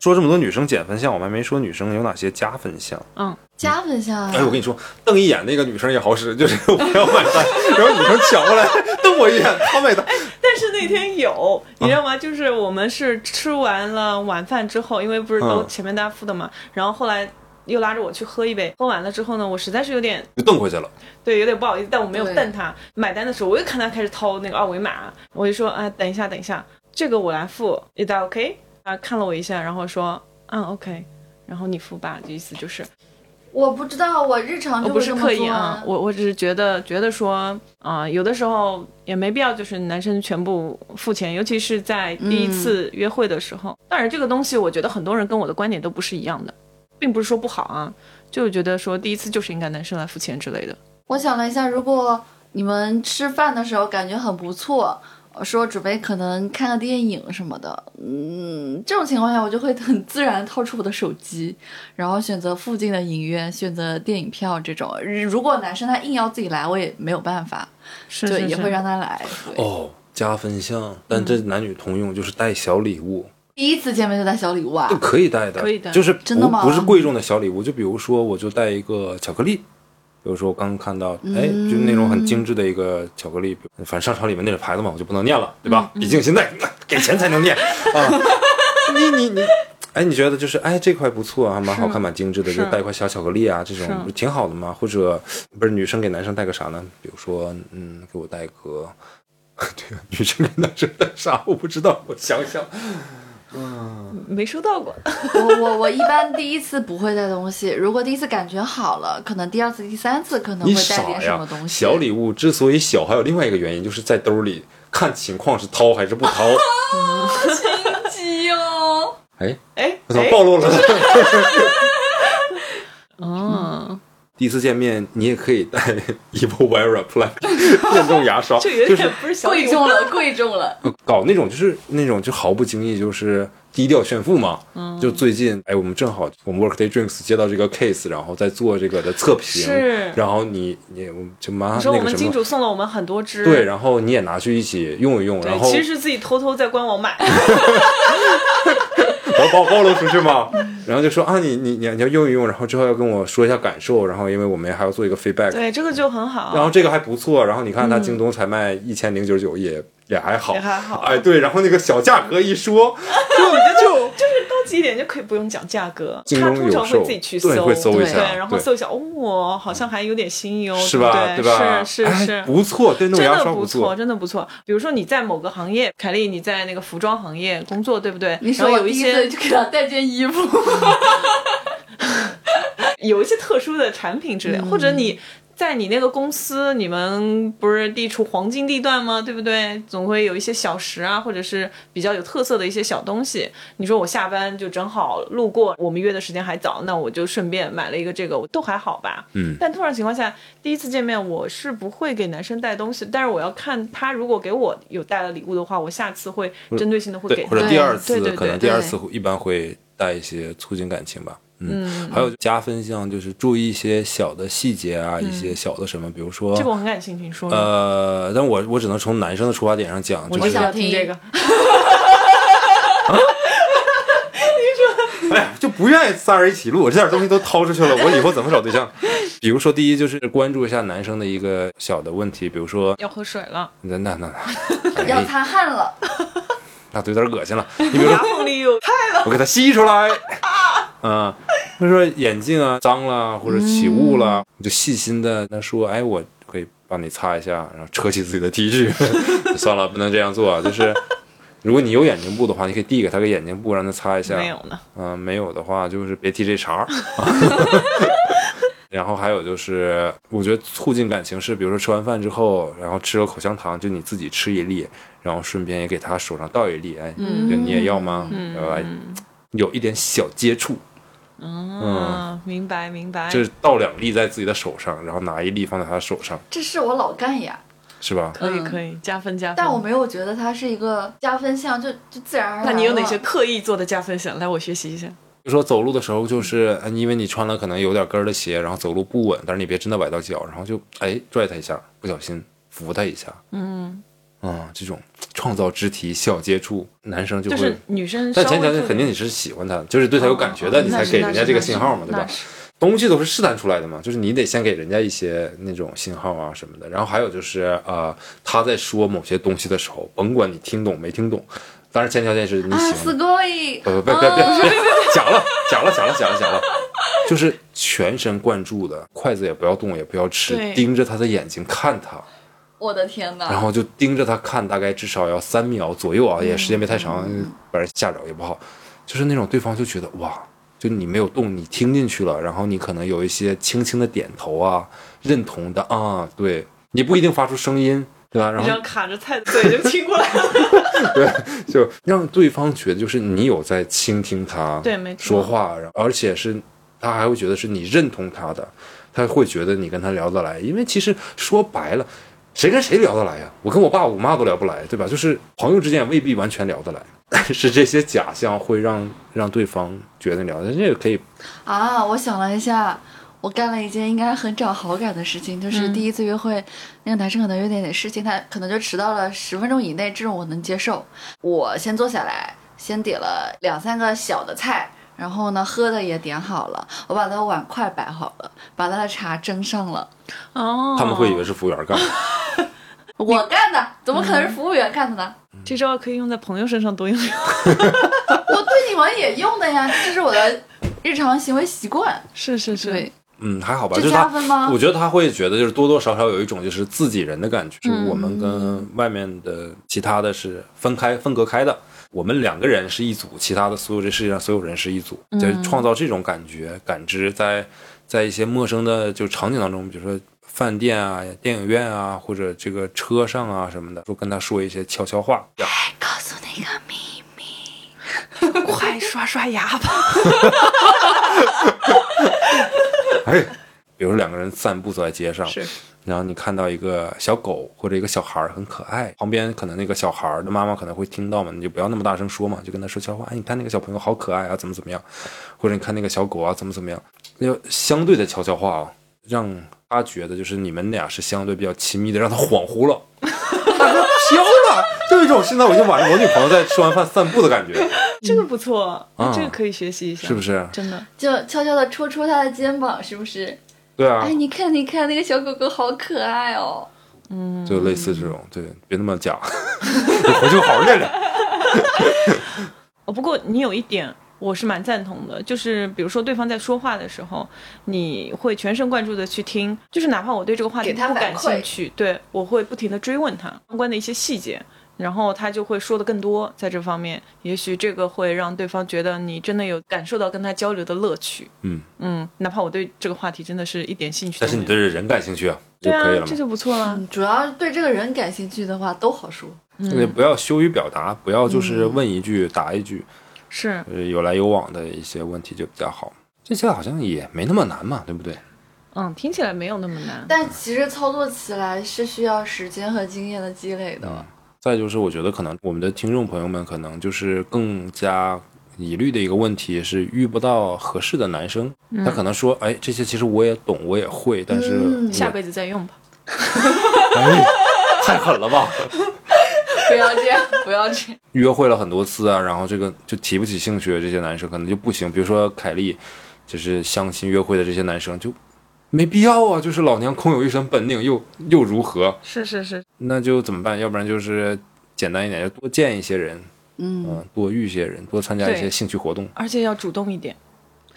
B: 说这么多女生减分项，我们还没说女生有哪些加分项。
D: (laughs) 加分项，
B: 哎，我跟你说，瞪一眼那个女生也好使， (laughs) 就是我要买单，然后女生抢
D: (laughs)
B: 过来瞪我一眼，她买单。
A: 但是那天有，你知道吗？就是我们是吃完了晚饭之后，因为不是都
B: 嗯
A: 前面大家付的嘛，然后后来又拉着我去喝一杯，喝完了之后呢，我实在是有点
B: 就瞪回去了，
A: 对，有点不好意思，但我没有
D: 对
A: 瞪他。买单的时候，我又看他开始掏那个二维码，我就说啊，等一下，等一下，这个我来付，is that OK？啊，看了我一下，然后说嗯 OK，然后你付吧，就意思就是
D: 我不知道，我日常
A: 我
D: 就
A: 哦不
D: 会
A: 是
D: 这么
A: 刻意
D: 做
A: 啊，我我只是觉得觉得说啊、有的时候也没必要，就是男生全部付钱，尤其是在
D: 嗯
A: 第一次约会的时候。当然，这个东西我觉得很多人跟我的观点都不是一样的，并不是说不好啊，就是觉得说第一次就是应该男生来付钱之类的。
D: 我想了一下，如果你们吃饭的时候感觉很不错，呃说准备可能看个电影什么的，嗯，这种情况下我就会很自然地掏出我的手机，然后选择附近的影院，选择电影票这种。如果男生他硬要自己来，我也没有办法，
A: 是
D: 对，也会让他来。对
B: 哦，加分项，但
D: 嗯
B: 这男女通用，就是带小礼物，
D: 第一次见面就带小礼物啊
B: 就，可以带的，
A: 可以带
B: 就是不
D: 真的吗
B: 不是贵重的小礼物，就比如说，我就带一个巧克力，比如说我刚看到，哎，就那种很精致的一个巧克力，反正商场里面那种牌子嘛，我就不能念了，对吧？毕竟现在 (laughs) 给钱才能念啊，你你你。哎，你觉得就是哎，这块不错啊，还蛮好看，蛮精致的，
A: 是
B: 就带一块小巧克力啊，这种
A: 是
B: 不挺好的吗？或者不是女生给男生带个啥呢？比如说，嗯，给我带个， (laughs) 对啊，女生给男生带啥？我不知道，我想想，
A: 没收到过。
D: 我我我一般第一次不会带东西，如果第一次感觉好了，可能第二次、第三次可能
B: 你
D: 会带
B: 傻
D: 点什
B: 呀
D: 么东！西。
B: 小礼物之所以小，还有另外一个原因，就是在兜里看情况是掏还是
D: (laughs)
B: 不掏。
D: 机哦。
B: 哎，
A: 哎，
D: (laughs)
B: 我怎么
A: 哎
B: 暴露了？
A: 哦，
B: 第一次见面，你也可以带 Evo Vera
D: (laughs)
B: Plan 电动牙刷，
A: 这有
B: 就是
A: 点不是小
D: 贵
A: 礼
D: 重
A: 物，
D: 了，贵重
A: (laughs)
D: 了。
B: 搞那种就是那种就毫不经意就是低调炫富嘛。嗯，就最近哎，我们正好我们 Workday Drinks 接到这个 case，然后在做这个的测评，
A: 是
B: 然后你你我们就蛮
A: 你说我
B: 那个
A: 们
B: 什
A: 金
B: 么。
A: 主送了我们很多支，
B: 对，然后你也拿去一起用一用，然
A: 对，
B: 后
A: 其实是自己偷偷在官网
B: (laughs)
A: 买，
B: 然后把我暴露出去嘛，然后就说啊，你你你你要用一用，然后之后要跟我说一下感受，然后因为我们还要做一个 feedback，
A: 对，这个就很好。
B: 然后这个还不错，然后你看它京东才卖一千零九十九，也也还好，
A: 也还好
B: 哎，对，然后那个小价格一
A: (laughs)
B: 说，就 (laughs) 就
A: 就是高级一点就可以不用讲价格，
B: 京
A: 他
B: 东
A: 通常
B: 有售
A: 会自己去
B: 对
A: 搜，
B: 会搜
A: 对
B: 一下
A: 对然后
B: 对
A: 搜一下，哦，好像还有点新意哦，
B: 是
A: 对不
B: 吧？
A: 对
B: 吧？
A: 是是
B: 哎
A: 是。
B: 不错，电动
A: 真
B: 牙
A: 的
B: 刷
A: 不
B: 错，
A: 真的不错。比如说你在某个行业，凯丽，你在那个服装行业工作，对不对？
D: 你说
A: 然
D: 我
A: 后有
D: 第
A: 一
D: 一次
A: 些
D: 就给他带件
B: (laughs)
D: 衣服，
A: 有一些特殊的产品之类，或
B: 嗯
A: 者你在你那个公司，你们不是地处黄金地段吗？对不对？总会有一些小食啊，或者是比较有特色的一些小东西。你说我下班就正好路过，我们约的时间还早，那我就顺便买了一个这个，我都还好吧。
B: 嗯
A: 但通常情况下，第一次见面我是不会给男生带东西，但是我要看他如果给我有带了礼物的话，我下次会针对性的会给
B: 对，或者
A: 他
B: 第二次
A: 对对对
B: 可能
A: 对
B: 第二次会一般会带一些促进感情吧。嗯，还有加分项就是注意一些小的细节啊，一些小的什么，比如说
A: 嗯这个我很感兴趣，你说呢。
B: 呃，但我我只能从男生的出发点上讲，就
A: 我
B: 是
A: 想听这个，
B: 哎呀，就不愿意仨人一起录，我这点东西都掏出去了，我以后怎么找对象？ (laughs) 比如说，第一就是关注一下男生的一个小的问题，比如说，
A: 要喝水了，
B: 那那那，
D: 要
B: 哎，
D: 擦汗了。
B: 那都有点恶心了。你比如
A: 牙
B: 说，
A: 缝里有
B: 我给它吸出来，嗯，他说眼镜啊脏了或者起雾
A: 嗯
B: 了，你就细心的那说，哎，我可以帮你擦一下，然后扯起自己的 T 恤， (laughs) 算了，不能这样做，啊，就是。如果你有眼睛布的话，你可以递给他个眼睛布，让他擦一下。
A: 没有呢？
B: 嗯、没有的话就是别提这茬儿。 (laughs) 然后还有就是，我觉得促进感情是，比如说吃完饭之后，然后吃个口香糖，就你自己吃一粒，然后顺便也给他手上倒一粒，哎，
D: 嗯
B: 就你也要吗？然后哎有一点小接触，
A: 嗯，明白明白。
B: 就是倒两粒在自己的手上，然后拿一粒放在他手上，
D: 这事我老干呀，
B: 是吧？
A: 可以可以加分加分。
D: 嗯但我没有觉得它是一个加分项，就就自然而然了。
A: 那
D: 啊
A: 你有哪些刻意做的加分项？来，我学习一下。
B: 就说走路的时候，就是呃因为你穿了可能有点跟儿的鞋，然后走路不稳，但是你别真的崴到脚，然后就哎拽他一下，不小心扶他一下，嗯，啊、这种创造肢体小接触，男生就
A: 就
B: 会。
A: 是女生稍
B: 但
A: 微做
B: 前提
A: 点，
B: 条件肯定你是喜欢他，就是对他有感觉的，你才
D: 哦那是
B: 给人家
D: 那是
B: 这个
D: 那是
B: 信号嘛，对吧
D: 那？是
B: 东西都是试探出来的嘛，就是你得先给人家一些那种信号啊什么的。然后还有就是呃，他在说某些东西的时候，甭管你听懂没听懂，当然前提条件是你
D: 啊，
B: 喜欢
D: すごい
B: 呃不不不别别
A: 哦
B: 别， (laughs) 讲了讲了讲了讲了讲了，就是全神贯注的，筷子也不要动，也不要吃
A: 对，啊
B: 盯着他的眼睛看他，
D: 我的天哪！
B: 然后就盯着他看，大概至少要三秒左右啊，也时间别太长，
A: 嗯
B: 把人吓着也不好。就是那种对方就觉得哇，就你没有动，你听进去了，然后你可能有一些轻轻的点头啊，认同的啊，对你不一定发出声音，对吧？然
A: 你
B: 后
A: 这样卡着菜的嘴就亲
D: (laughs)
A: 过来了。
B: 就让对方觉得就是你有在倾听他，
A: 对没错
B: 说话，然后而且是他还会觉得是你认同他的，他会觉得你跟他聊得来，因为其实说白了，谁跟谁聊得来呀、我跟我爸我妈都聊不来，对吧？就是朋友之间也未必完全聊得来， (laughs) 但是这些假象会让让对方觉得聊得来，这个可以
D: 啊，我想了一下，我干了一件应该很找好感的事情，就是第一次约会，那个男生可能有点点事情，他可能就迟到了十分钟以内，这种我能接受。我先坐下来，先点了两三个小的菜。然后呢，喝的也点好了，我把他的碗筷摆好了，把他的茶斟上了，
A: 哦，
B: 他们会以为是服务员干的，
D: 我干的，怎么可能是服务员干的呢？
A: 这招可以用在朋友身上多用用。
D: 我对你们也用的呀，这是我的日常行为习惯。
A: 是是是，
D: 对，
B: 嗯，还好吧，
D: 这
B: 就是
D: 加
B: 他
D: 分吗
B: 我觉得他会觉得就是多多少少有一种就是自己人的感觉，就是我们跟外面的其他的是分开分隔开的，我们两个人是一组，其他的所有这世界上所有人是一组，就是创造这种感觉感知在，在一些陌生的就场景当中，比如说。饭店啊、电影院啊，或者这个车上啊什么的，就跟他说一些悄悄话。
D: 哎告诉那个秘密，
A: 快刷刷牙吧。
B: (laughs) 哎，比如说两个人散步走在街上，
A: 是
B: 然后你看到一个小狗或者一个小孩儿很可爱，旁边可能那个小孩儿的妈妈可能会听到嘛，你就不要那么大声说嘛，就跟他说悄话，哎，你看那个小朋友好可爱啊，怎么怎么样，或者你看那个小狗啊，怎么怎么样，要相对的悄悄话啊，让他觉得就是你们俩是相对比较亲密的，让他恍惚了，他就飘了，就有一种现在我就挽着我女朋友在吃完饭散步的感觉，
A: 这个不错，
B: 嗯
A: 这个可以学习一下，
B: 是不是？
A: 真的，
D: 就悄悄的戳戳它的肩膀，是不是？
B: 对啊
D: 哎，，你看，你看那个小狗狗好可爱哦。
B: 就类似这种，对，别那么讲， (laughs) 你回去好好练练。
A: 哦，不过你有一点我是蛮赞同的，就是比如说对方在说话的时候，你会全神贯注的去听，就是哪怕我对这个话题
D: 给他
A: 不感
D: 反馈
A: 兴趣，对我会不停的追问他相关的一些细节。然后他就会说的更多，在这方面，也许这个会让对方觉得你真的有感受到跟他交流的乐趣。
B: 嗯
A: 嗯，哪怕我对这个话题真的是一点兴趣都
B: 但
A: 没
B: 是
A: 有，
B: 你对这人感兴趣啊，就
A: 对
B: 可以
A: 啊
B: 了，嘛
A: 这。就不错了。
D: 嗯主要对这个人感兴趣的话，都好说。
A: 嗯
B: 对，不要羞于表达，不要就是问一句答一句，
A: 是，
B: 呃，有来有往的一些问题就比较好。这些好像也没那么难嘛，对不对？
A: 嗯，听起来没有那么难。
D: 但其实操作起来是需要时间和经验的积累
A: 嗯
D: 的。
B: 再就是，我觉得可能我们的听众朋友们可能就是更加疑虑的一个问题是遇不到合适的男生，他可能说，哎，这些其实我也懂，我也会，但是
D: 嗯
B: 我
A: 下辈子再用吧。
E: 太狠了吧！
D: 不要这样， (laughs) 不要这样。
B: 约会了很多次啊，然后这个就提不起兴趣，这些男生可能就不行。比如说凯莉，就是相亲约会的这些男生就没必要啊，就是老娘空有一身本领又又如何？
A: 是是是，
B: 那就怎么办？要不然就是简单一点，就多见一些人，嗯、多遇一些人，多参加一些
A: 对
B: 兴趣活动。
A: 而且要主动一点。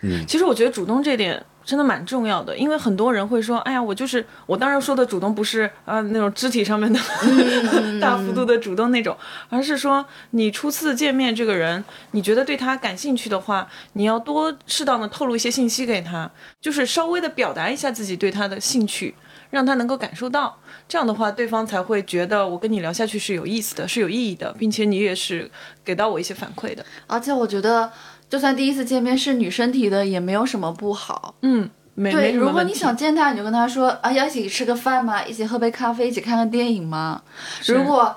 B: 嗯
A: 其实我觉得主动这点真的蛮重要的，因为很多人会说，哎呀，我就是我当然说的主动不是啊、那种肢体上面的 (laughs) 大幅度的主动那种，而是说你初次见面这个人，你觉得对他感兴趣的话，你要多适当的透露一些信息给他，就是稍微的表达一下自己对他的兴趣。让他能够感受到，这样的话，对方才会觉得我跟你聊下去是有意思的，是有意义的，并且你也是给到我一些反馈的。
D: 而且我觉得，就算第一次见面是女生提的，也没有什么不好。
A: 嗯，没没
D: 对，
A: 什么
D: 如果
A: 问
D: 你
A: 题
D: 想见他，你就跟他说啊，要一起吃个饭吗？一起喝杯咖啡，一起看看电影吗？如果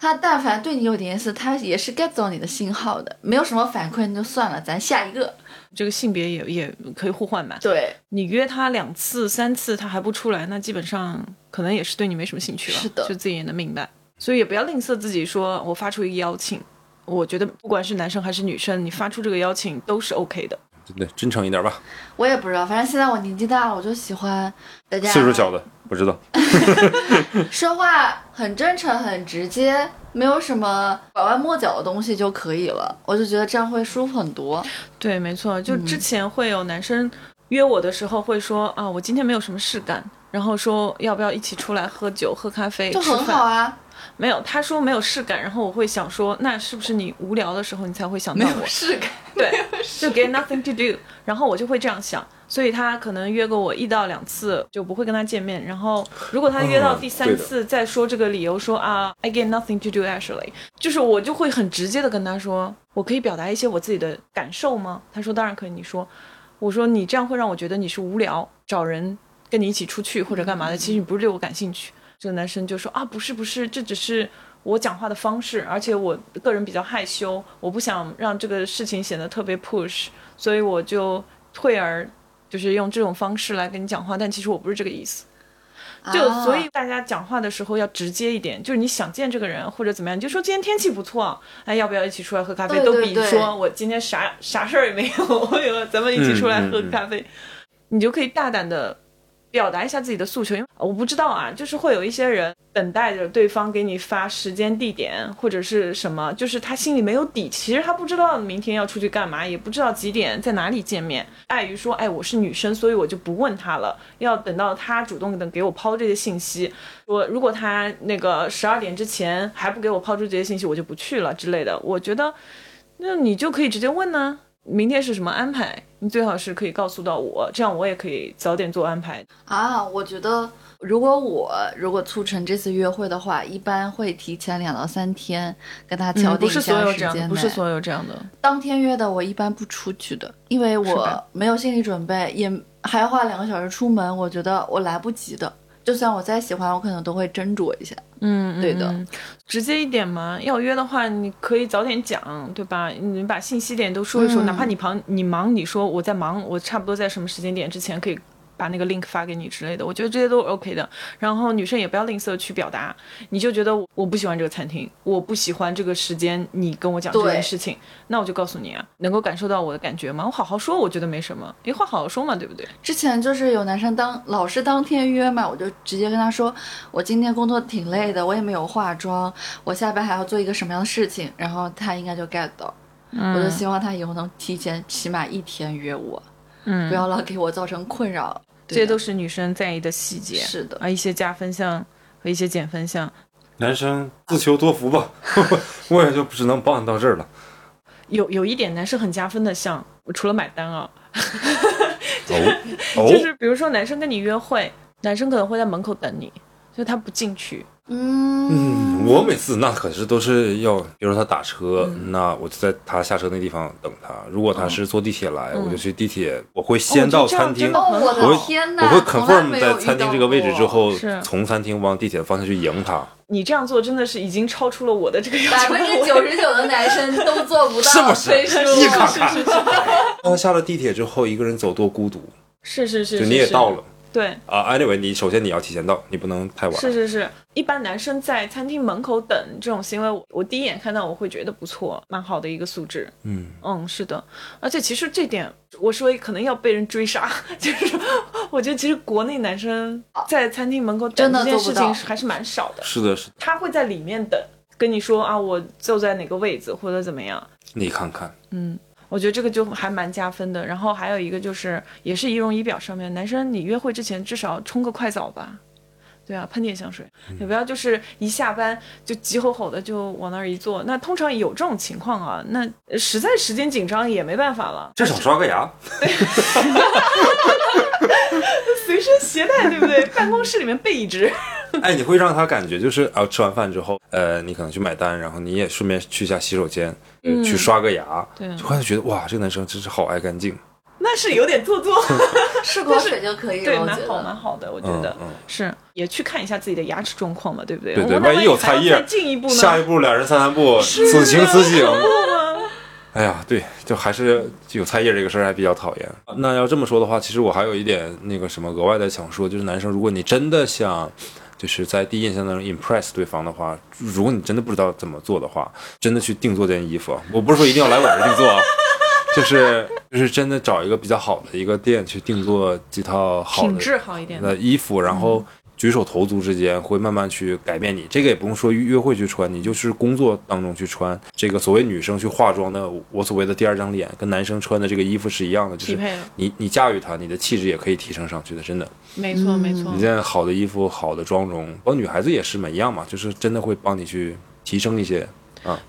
D: 他但凡对你有点意思，他也是 get 到你的信号的，没有什么反馈那就算了，咱下一个。
A: 这个性别也也可以互换嘛。
D: 对，
A: 你约他两次、三次，他还不出来，那基本上可能也是对你没什么兴趣了。
D: 是的
A: 就自己也能明白，所以也不要吝啬自己说，我发出一个邀请。我觉得不管是男生还是女生，你发出这个邀请都是 OK 的。
B: 真的，真诚一点吧。
D: 我也不知道，反正现在我年纪大了，我就喜欢大家
B: 岁数小的我知道，
D: 说话很真诚、很直接，没有什么拐弯抹角的东西就可以了。我就觉得这样会舒服很多。
A: 对，没错，就之前会有男生约我的时候会说、啊，我今天没有什么事干，然后说要不要一起出来喝酒、喝咖啡、
D: 就
A: 吃
D: 很
A: 饭
D: 好。啊。
A: 没有，他说没有事干，然后我会想说，那是不是你无聊的时候你才会想到我？
D: 事感，
A: 对，就 get nothing to do，然后我就会这样想，所以他可能约过我一到两次，就不会跟他见面。然后如果他约到第
B: 嗯对
A: 三
B: 的
A: 次再说这个理由说啊，I get nothing to do actually，就是我就会很直接的跟他说，我可以表达一些我自己的感受吗？他说当然可以，你说，我说你这样会让我觉得你是无聊，找人跟你一起出去或者干嘛的，其实你不是对我感兴趣。这个男生就说啊，不是不是，这只是我讲话的方式，而且我个人比较害羞，我不想让这个事情显得特别 push，所以我就退而就是用这种方式来跟你讲话，但其实我不是这个意思。就
D: 啊
A: 所以大家讲话的时候要直接一点，就是你想见这个人或者怎么样，你就说今天天气不错，哎，要不要一起出来喝咖啡？
D: 对对
A: 都
D: 对
A: 比说我今天啥啥事儿也没有，哎呦咱们一起出来喝咖啡，你就可以大胆的表达一下自己的诉求。因为我不知道啊，就是会有一些人等待着对方给你发时间、地点或者是什么，就是他心里没有底，其实他不知道明天要出去干嘛，也不知道几点在哪里见面，碍于说，哎，我是女生，所以我就不问他了，要等到他主动的给我抛这些信息。说如果他那个十二点之前还不给我抛出这些信息，我就不去了之类的。我觉得，那你就可以直接问呢、明天是什么安排，你最好是可以告诉到我，这样我也可以早点做安排。
D: (laughs) 啊，我觉得如果我如果促成这次约会的话，一般会提前两到三天跟他敲
A: 嗯，
D: 定
A: 不
D: 一
A: 是所
D: 下
A: 有
D: 时
A: 这样的，
D: 间
A: 不是
D: 内
A: 所有这样的。
D: 当天约的，我一般不出去的，因为
A: 是
D: 我
A: 吧
D: 没有心理准备，也还要花两个小时出门，我觉得我来不及的。就算我再喜欢，我可能都会斟酌一下。
A: 嗯，
D: 对的
A: 嗯直接一点嘛。要约的话，你可以早点讲，对吧？你把信息点都说一说，
D: 嗯
A: 哪怕你旁你忙，你说我在忙，我差不多在什么时间点之前可以。把那个 link 发给你之类的，我觉得这些都 OK 的。然后女生也不要吝啬去表达，你就觉得我我不喜欢这个餐厅，我不喜欢这个时间，你跟我讲这
D: 对
A: 件事情，那我就告诉你啊，能够感受到我的感觉吗？我好好说，我觉得没什么，有话好好说嘛，对不对？
D: 之前就是有男生当老是当天约嘛，我就直接跟他说，我今天工作挺累的，我也没有化妆，我下班还要做一个什么样的事情，然后他应该就 get 到。我就希望他以后能提前起码一天约我，
A: 嗯
D: 不要老给我造成困扰。
A: 这些都
D: 是
A: 是女生在意的细节，
D: 是的
A: 啊，一些加分项和一些减分项。
B: 男生自求多福吧，我也就只能帮你到这儿了。
A: 有有一点男生很加分的项，除了买单啊，
B: 哦，
A: 就是比如说男生跟你约会，男生可能会在门口等你，所以他不进去。
D: 嗯，
B: 嗯我每次那可是都是要，比如说他打车，那我就在他下车那地方等他。如果他是坐地铁来，我就去地铁，我会先到餐厅，
A: 哦
D: 哦，我
B: 我
D: 的
B: 会
D: 天
B: 我
D: 哪！
B: 会
D: 从来
B: confirm
D: 没
B: 在
D: 有遇
B: 餐厅
D: 到
B: 这个位置之
D: 过，
B: 后
A: 是，
B: 从餐厅往地铁的方向去迎他，
A: 你这样做真的是已经超出了我的这个要
D: (laughs) 百
A: 求。
D: 分之九十九的男生都做不到，
B: 是不是
D: 所以说？
B: 一卡卡。
D: (laughs)
B: (laughs) 当下了地铁之后，一个人走多孤独，
A: (laughs) 是是是，
B: 就是你也
A: 是
B: 到了
A: 对，
B: 啊。Anyway，你首先你要提前到，你不能太晚。
A: 是是是，一般男生在餐厅门口等这种行为，我我第一眼看到我会觉得不错，蛮好的一个素质。
B: 嗯
A: 嗯，是的，而且其实这点，我说可能要被人追杀， (laughs) 就是我觉得其实国内男生在餐厅门口等
D: 真的
A: 这件
D: 做
A: 事
D: 不到
A: 情是还是蛮少的，
B: 是的，是的，
A: 他会在里面等，跟你说啊，我坐在哪个位置或者怎么样。
B: 你看看，
A: 我觉得这个就还蛮加分的。然后还有一个就是，也是仪容仪表上面，男生你约会之前至少冲个快澡吧。对啊，喷点香水，也不要就是一下班就急吼吼的就往那儿一坐。那通常有这种情况啊，那实在时间紧张也没办法了，
B: 至少刷个牙。
A: 随身携带，对不对？办公室里面备一支。
B: (laughs) 哎，你会让他感觉就是啊，吃完饭之后，呃，你可能去买单，然后你也顺便去一下洗手间，嗯、去刷个牙，
A: 对
B: 就会觉得哇，这个男生真是好爱干净。
A: (laughs) 那是有点做作，
D: 漱口水就可以
A: 对，
D: 了，我
A: 蛮
D: 觉
A: 好
D: 得。
A: 蛮好的，我觉得
B: 嗯嗯
A: 是也去看一下自己的牙齿状况嘛，对不对？
B: 对对，
A: 我们
B: 万一有
A: 还要
B: 菜叶
A: 再，进一步呢？啊
B: 下一步两人散散步，此情此景。哎呀，对，就还是就有菜叶这个事儿还比较讨厌。那要这么说的话，其实我还有一点那个什么额外的想说，就是男生，如果你真的想。就是在第一印象当中 impress 对方的话，如果你真的不知道怎么做的话，真的去定做件衣服。我不是说一定要来我这儿定做啊，就是就是真的找一个比较好的一个店去定做几套好的
A: 品质好一点
B: 的
A: 的，嗯
B: 衣服，然后举手投足之间会慢慢去改变你。这个也不用说约会去穿，你就是工作当中去穿。这个所谓女生去化妆的，我所谓的第二张脸，跟男生穿的这个衣服是一样的，就
A: 匹
B: 是
A: 配了嗯
B: 你你驾驭它，你的气质也可以提升上去的，真的。
A: 没错没错
B: 一。件好的衣服、好的妆容，包括女孩子也是嘛，一样嘛，就是真的会帮你去提升一些。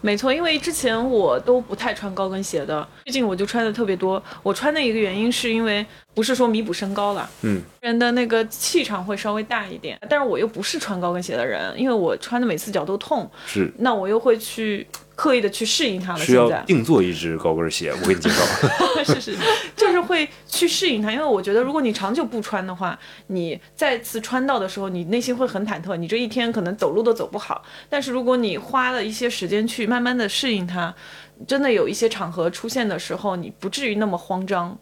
A: 没错，因为之前我都不太穿高跟鞋的，最近我就穿的特别多。我穿的一个原因是因为不是说弥补身高了，
B: 嗯，
A: 人的那个气场会稍微大一点，但是我又不是穿高跟鞋的人，因为我穿的每次脚都痛，
B: 是
A: 那我又会去刻意的去适应它了。
B: 需
A: 现
B: 要
A: 在
B: 定做一只高跟鞋，我给你介绍。
A: (laughs) 是是，就是会去适应它，因为我觉得如果你长久不穿的话，你再次穿到的时候，你内心会很忐忑，你这一天可能走路都走不好。但是如果你花了一些时间去慢慢的适应它，真的有一些场合出现的时候，你不至于那么慌张。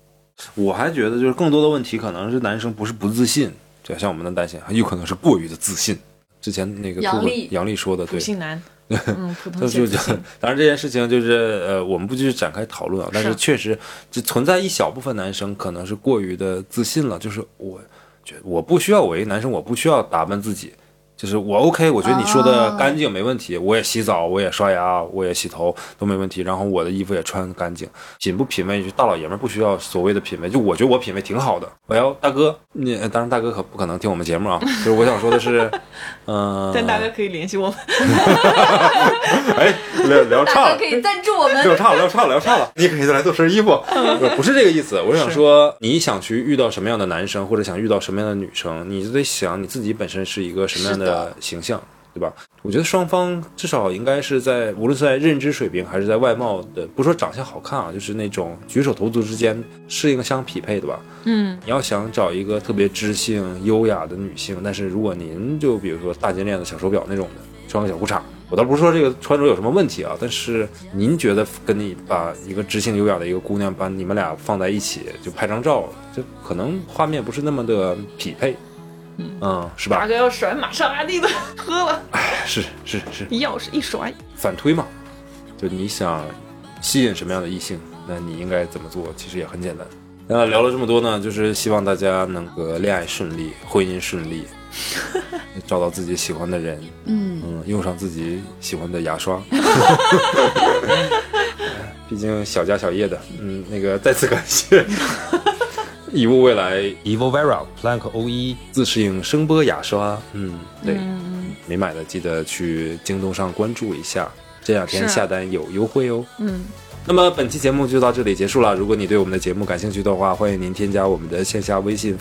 B: 我还觉得就是更多的问题可能是男生不是不自信，就像我们的担心，有可能是过于的自信。之前那个
D: 杨
B: 顾问
D: 笠
B: 杨笠说的
A: 普
B: 对，
A: 信男，嗯，普
B: 就
A: 通
B: 就
A: 写
B: 就
A: 自信，
B: (laughs) 当然这件事情就是呃，我们不去展开讨论啊，但是
A: 是
B: 确实就存在一小部分男生可能是过于的自信了，就是我觉得我不需要我一个男生，我不需要打扮自己。就是我 OK，我觉得你说
A: 啊
B: 的干净没问题，我也洗澡，我也刷牙，我也洗头都没问题，然后我的衣服也穿干净，品不品味就大老爷们儿不需要所谓的品味，就我觉得我品味挺好的。我要大哥，你呃当然大哥可不可能听我们节目啊？就是我想说
A: (laughs)
B: 的是，嗯、
A: 但大哥可以联系我们，
B: (laughs) 哎，聊聊
A: (laughs)
D: 大
B: 岔
D: 家
B: 了
D: 可。以赞助
B: (laughs)
D: 我们。
B: 聊岔了，聊岔了，聊岔了！你可以再来做身衣服，不是这个意思。嗯我是想说，你想去遇到什么样的男生，或者想遇到什么样的女生，你就得想你自己本身是一个什么样
D: 是
B: 的
D: 的
B: 形象，对吧？我觉得双方至少应该是在，无论是在认知水平还是在外貌的，不说长相好看啊，就是那种举手投足之间适应相匹配的吧。
A: 嗯，
B: 你要想找一个特别知性、优雅的女性，但是如果您就比如说大金链子、小手表那种的，穿个小裤衩，我倒不是说这个穿着有什么问题啊，但是您觉得跟你把一个知性优雅的一个姑娘，把你们俩放在一起就拍张照，就可能画面不是那么的匹配，嗯，是
A: 大
B: 吧？
A: 哥要甩玛莎拉蒂的，喝了
B: 是是是，
A: 钥匙一甩，
B: 反推嘛，就你想吸引什么样的异性，那你应该怎么做，其实也很简单。那聊了这么多呢，就是希望大家能够恋爱顺利，婚姻顺利，找到自己喜欢的人，
D: 嗯，
B: 嗯，用上自己喜欢的牙刷。 (laughs) 毕竟小家小业的，嗯，那个再次感谢一物未来 Evo Vera Plank O E 一自适应声波牙刷，嗯，对，没买的记得去京东上关注一下，这两天
A: 是
B: 下单有优惠哦。
A: 嗯，
B: 那么本期节目就到这里结束了。如果你对我们的节目感兴趣的话，欢迎您添加我们的线下微信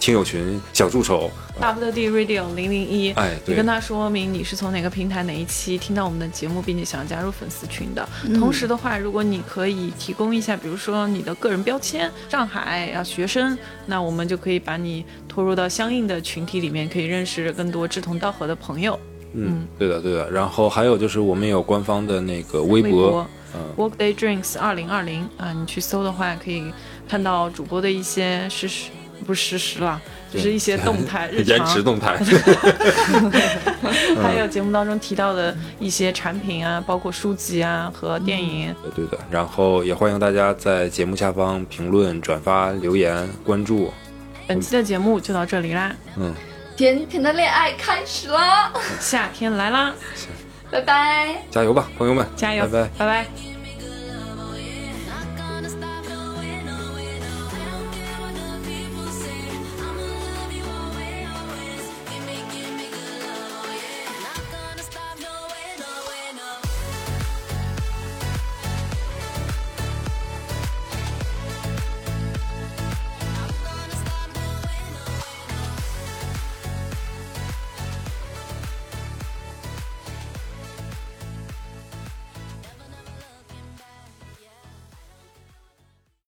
B: 听友群小助手，
A: WD Radio 零零一，
B: 哎对
A: 啊你跟他说明你是从哪个平台哪一期听到我们的节目，并且想加入粉丝群的。同时的话，如果你可以提供一下，比如说你的个人标签，上海啊学生，那我们就可以把你拖入到相应的群体里面，可以认识更多志同道合的朋友。
B: 嗯，对的，对的。然后还有就是，我们有官方的那个微
A: 微
B: 博嗯
A: 博，Workday Drinks 二零二零啊，你去搜的话可以看到主播的一些实时，不是实时啦，就是一些动态日常
B: 延迟动 (laughs) 态。
A: 还有节目当中提到的一些产品啊，包括书籍啊和电影。
B: 对对的，然后也欢迎大家在节目下方评论、转发、留言、关注。
A: 本期的节目就到这里啦，
D: 甜甜的恋爱开始啦，
A: 夏天来啦，
D: 拜拜。
B: 加油吧，朋友们！
A: 加油，
B: 拜拜。
A: 拜拜。
G: 「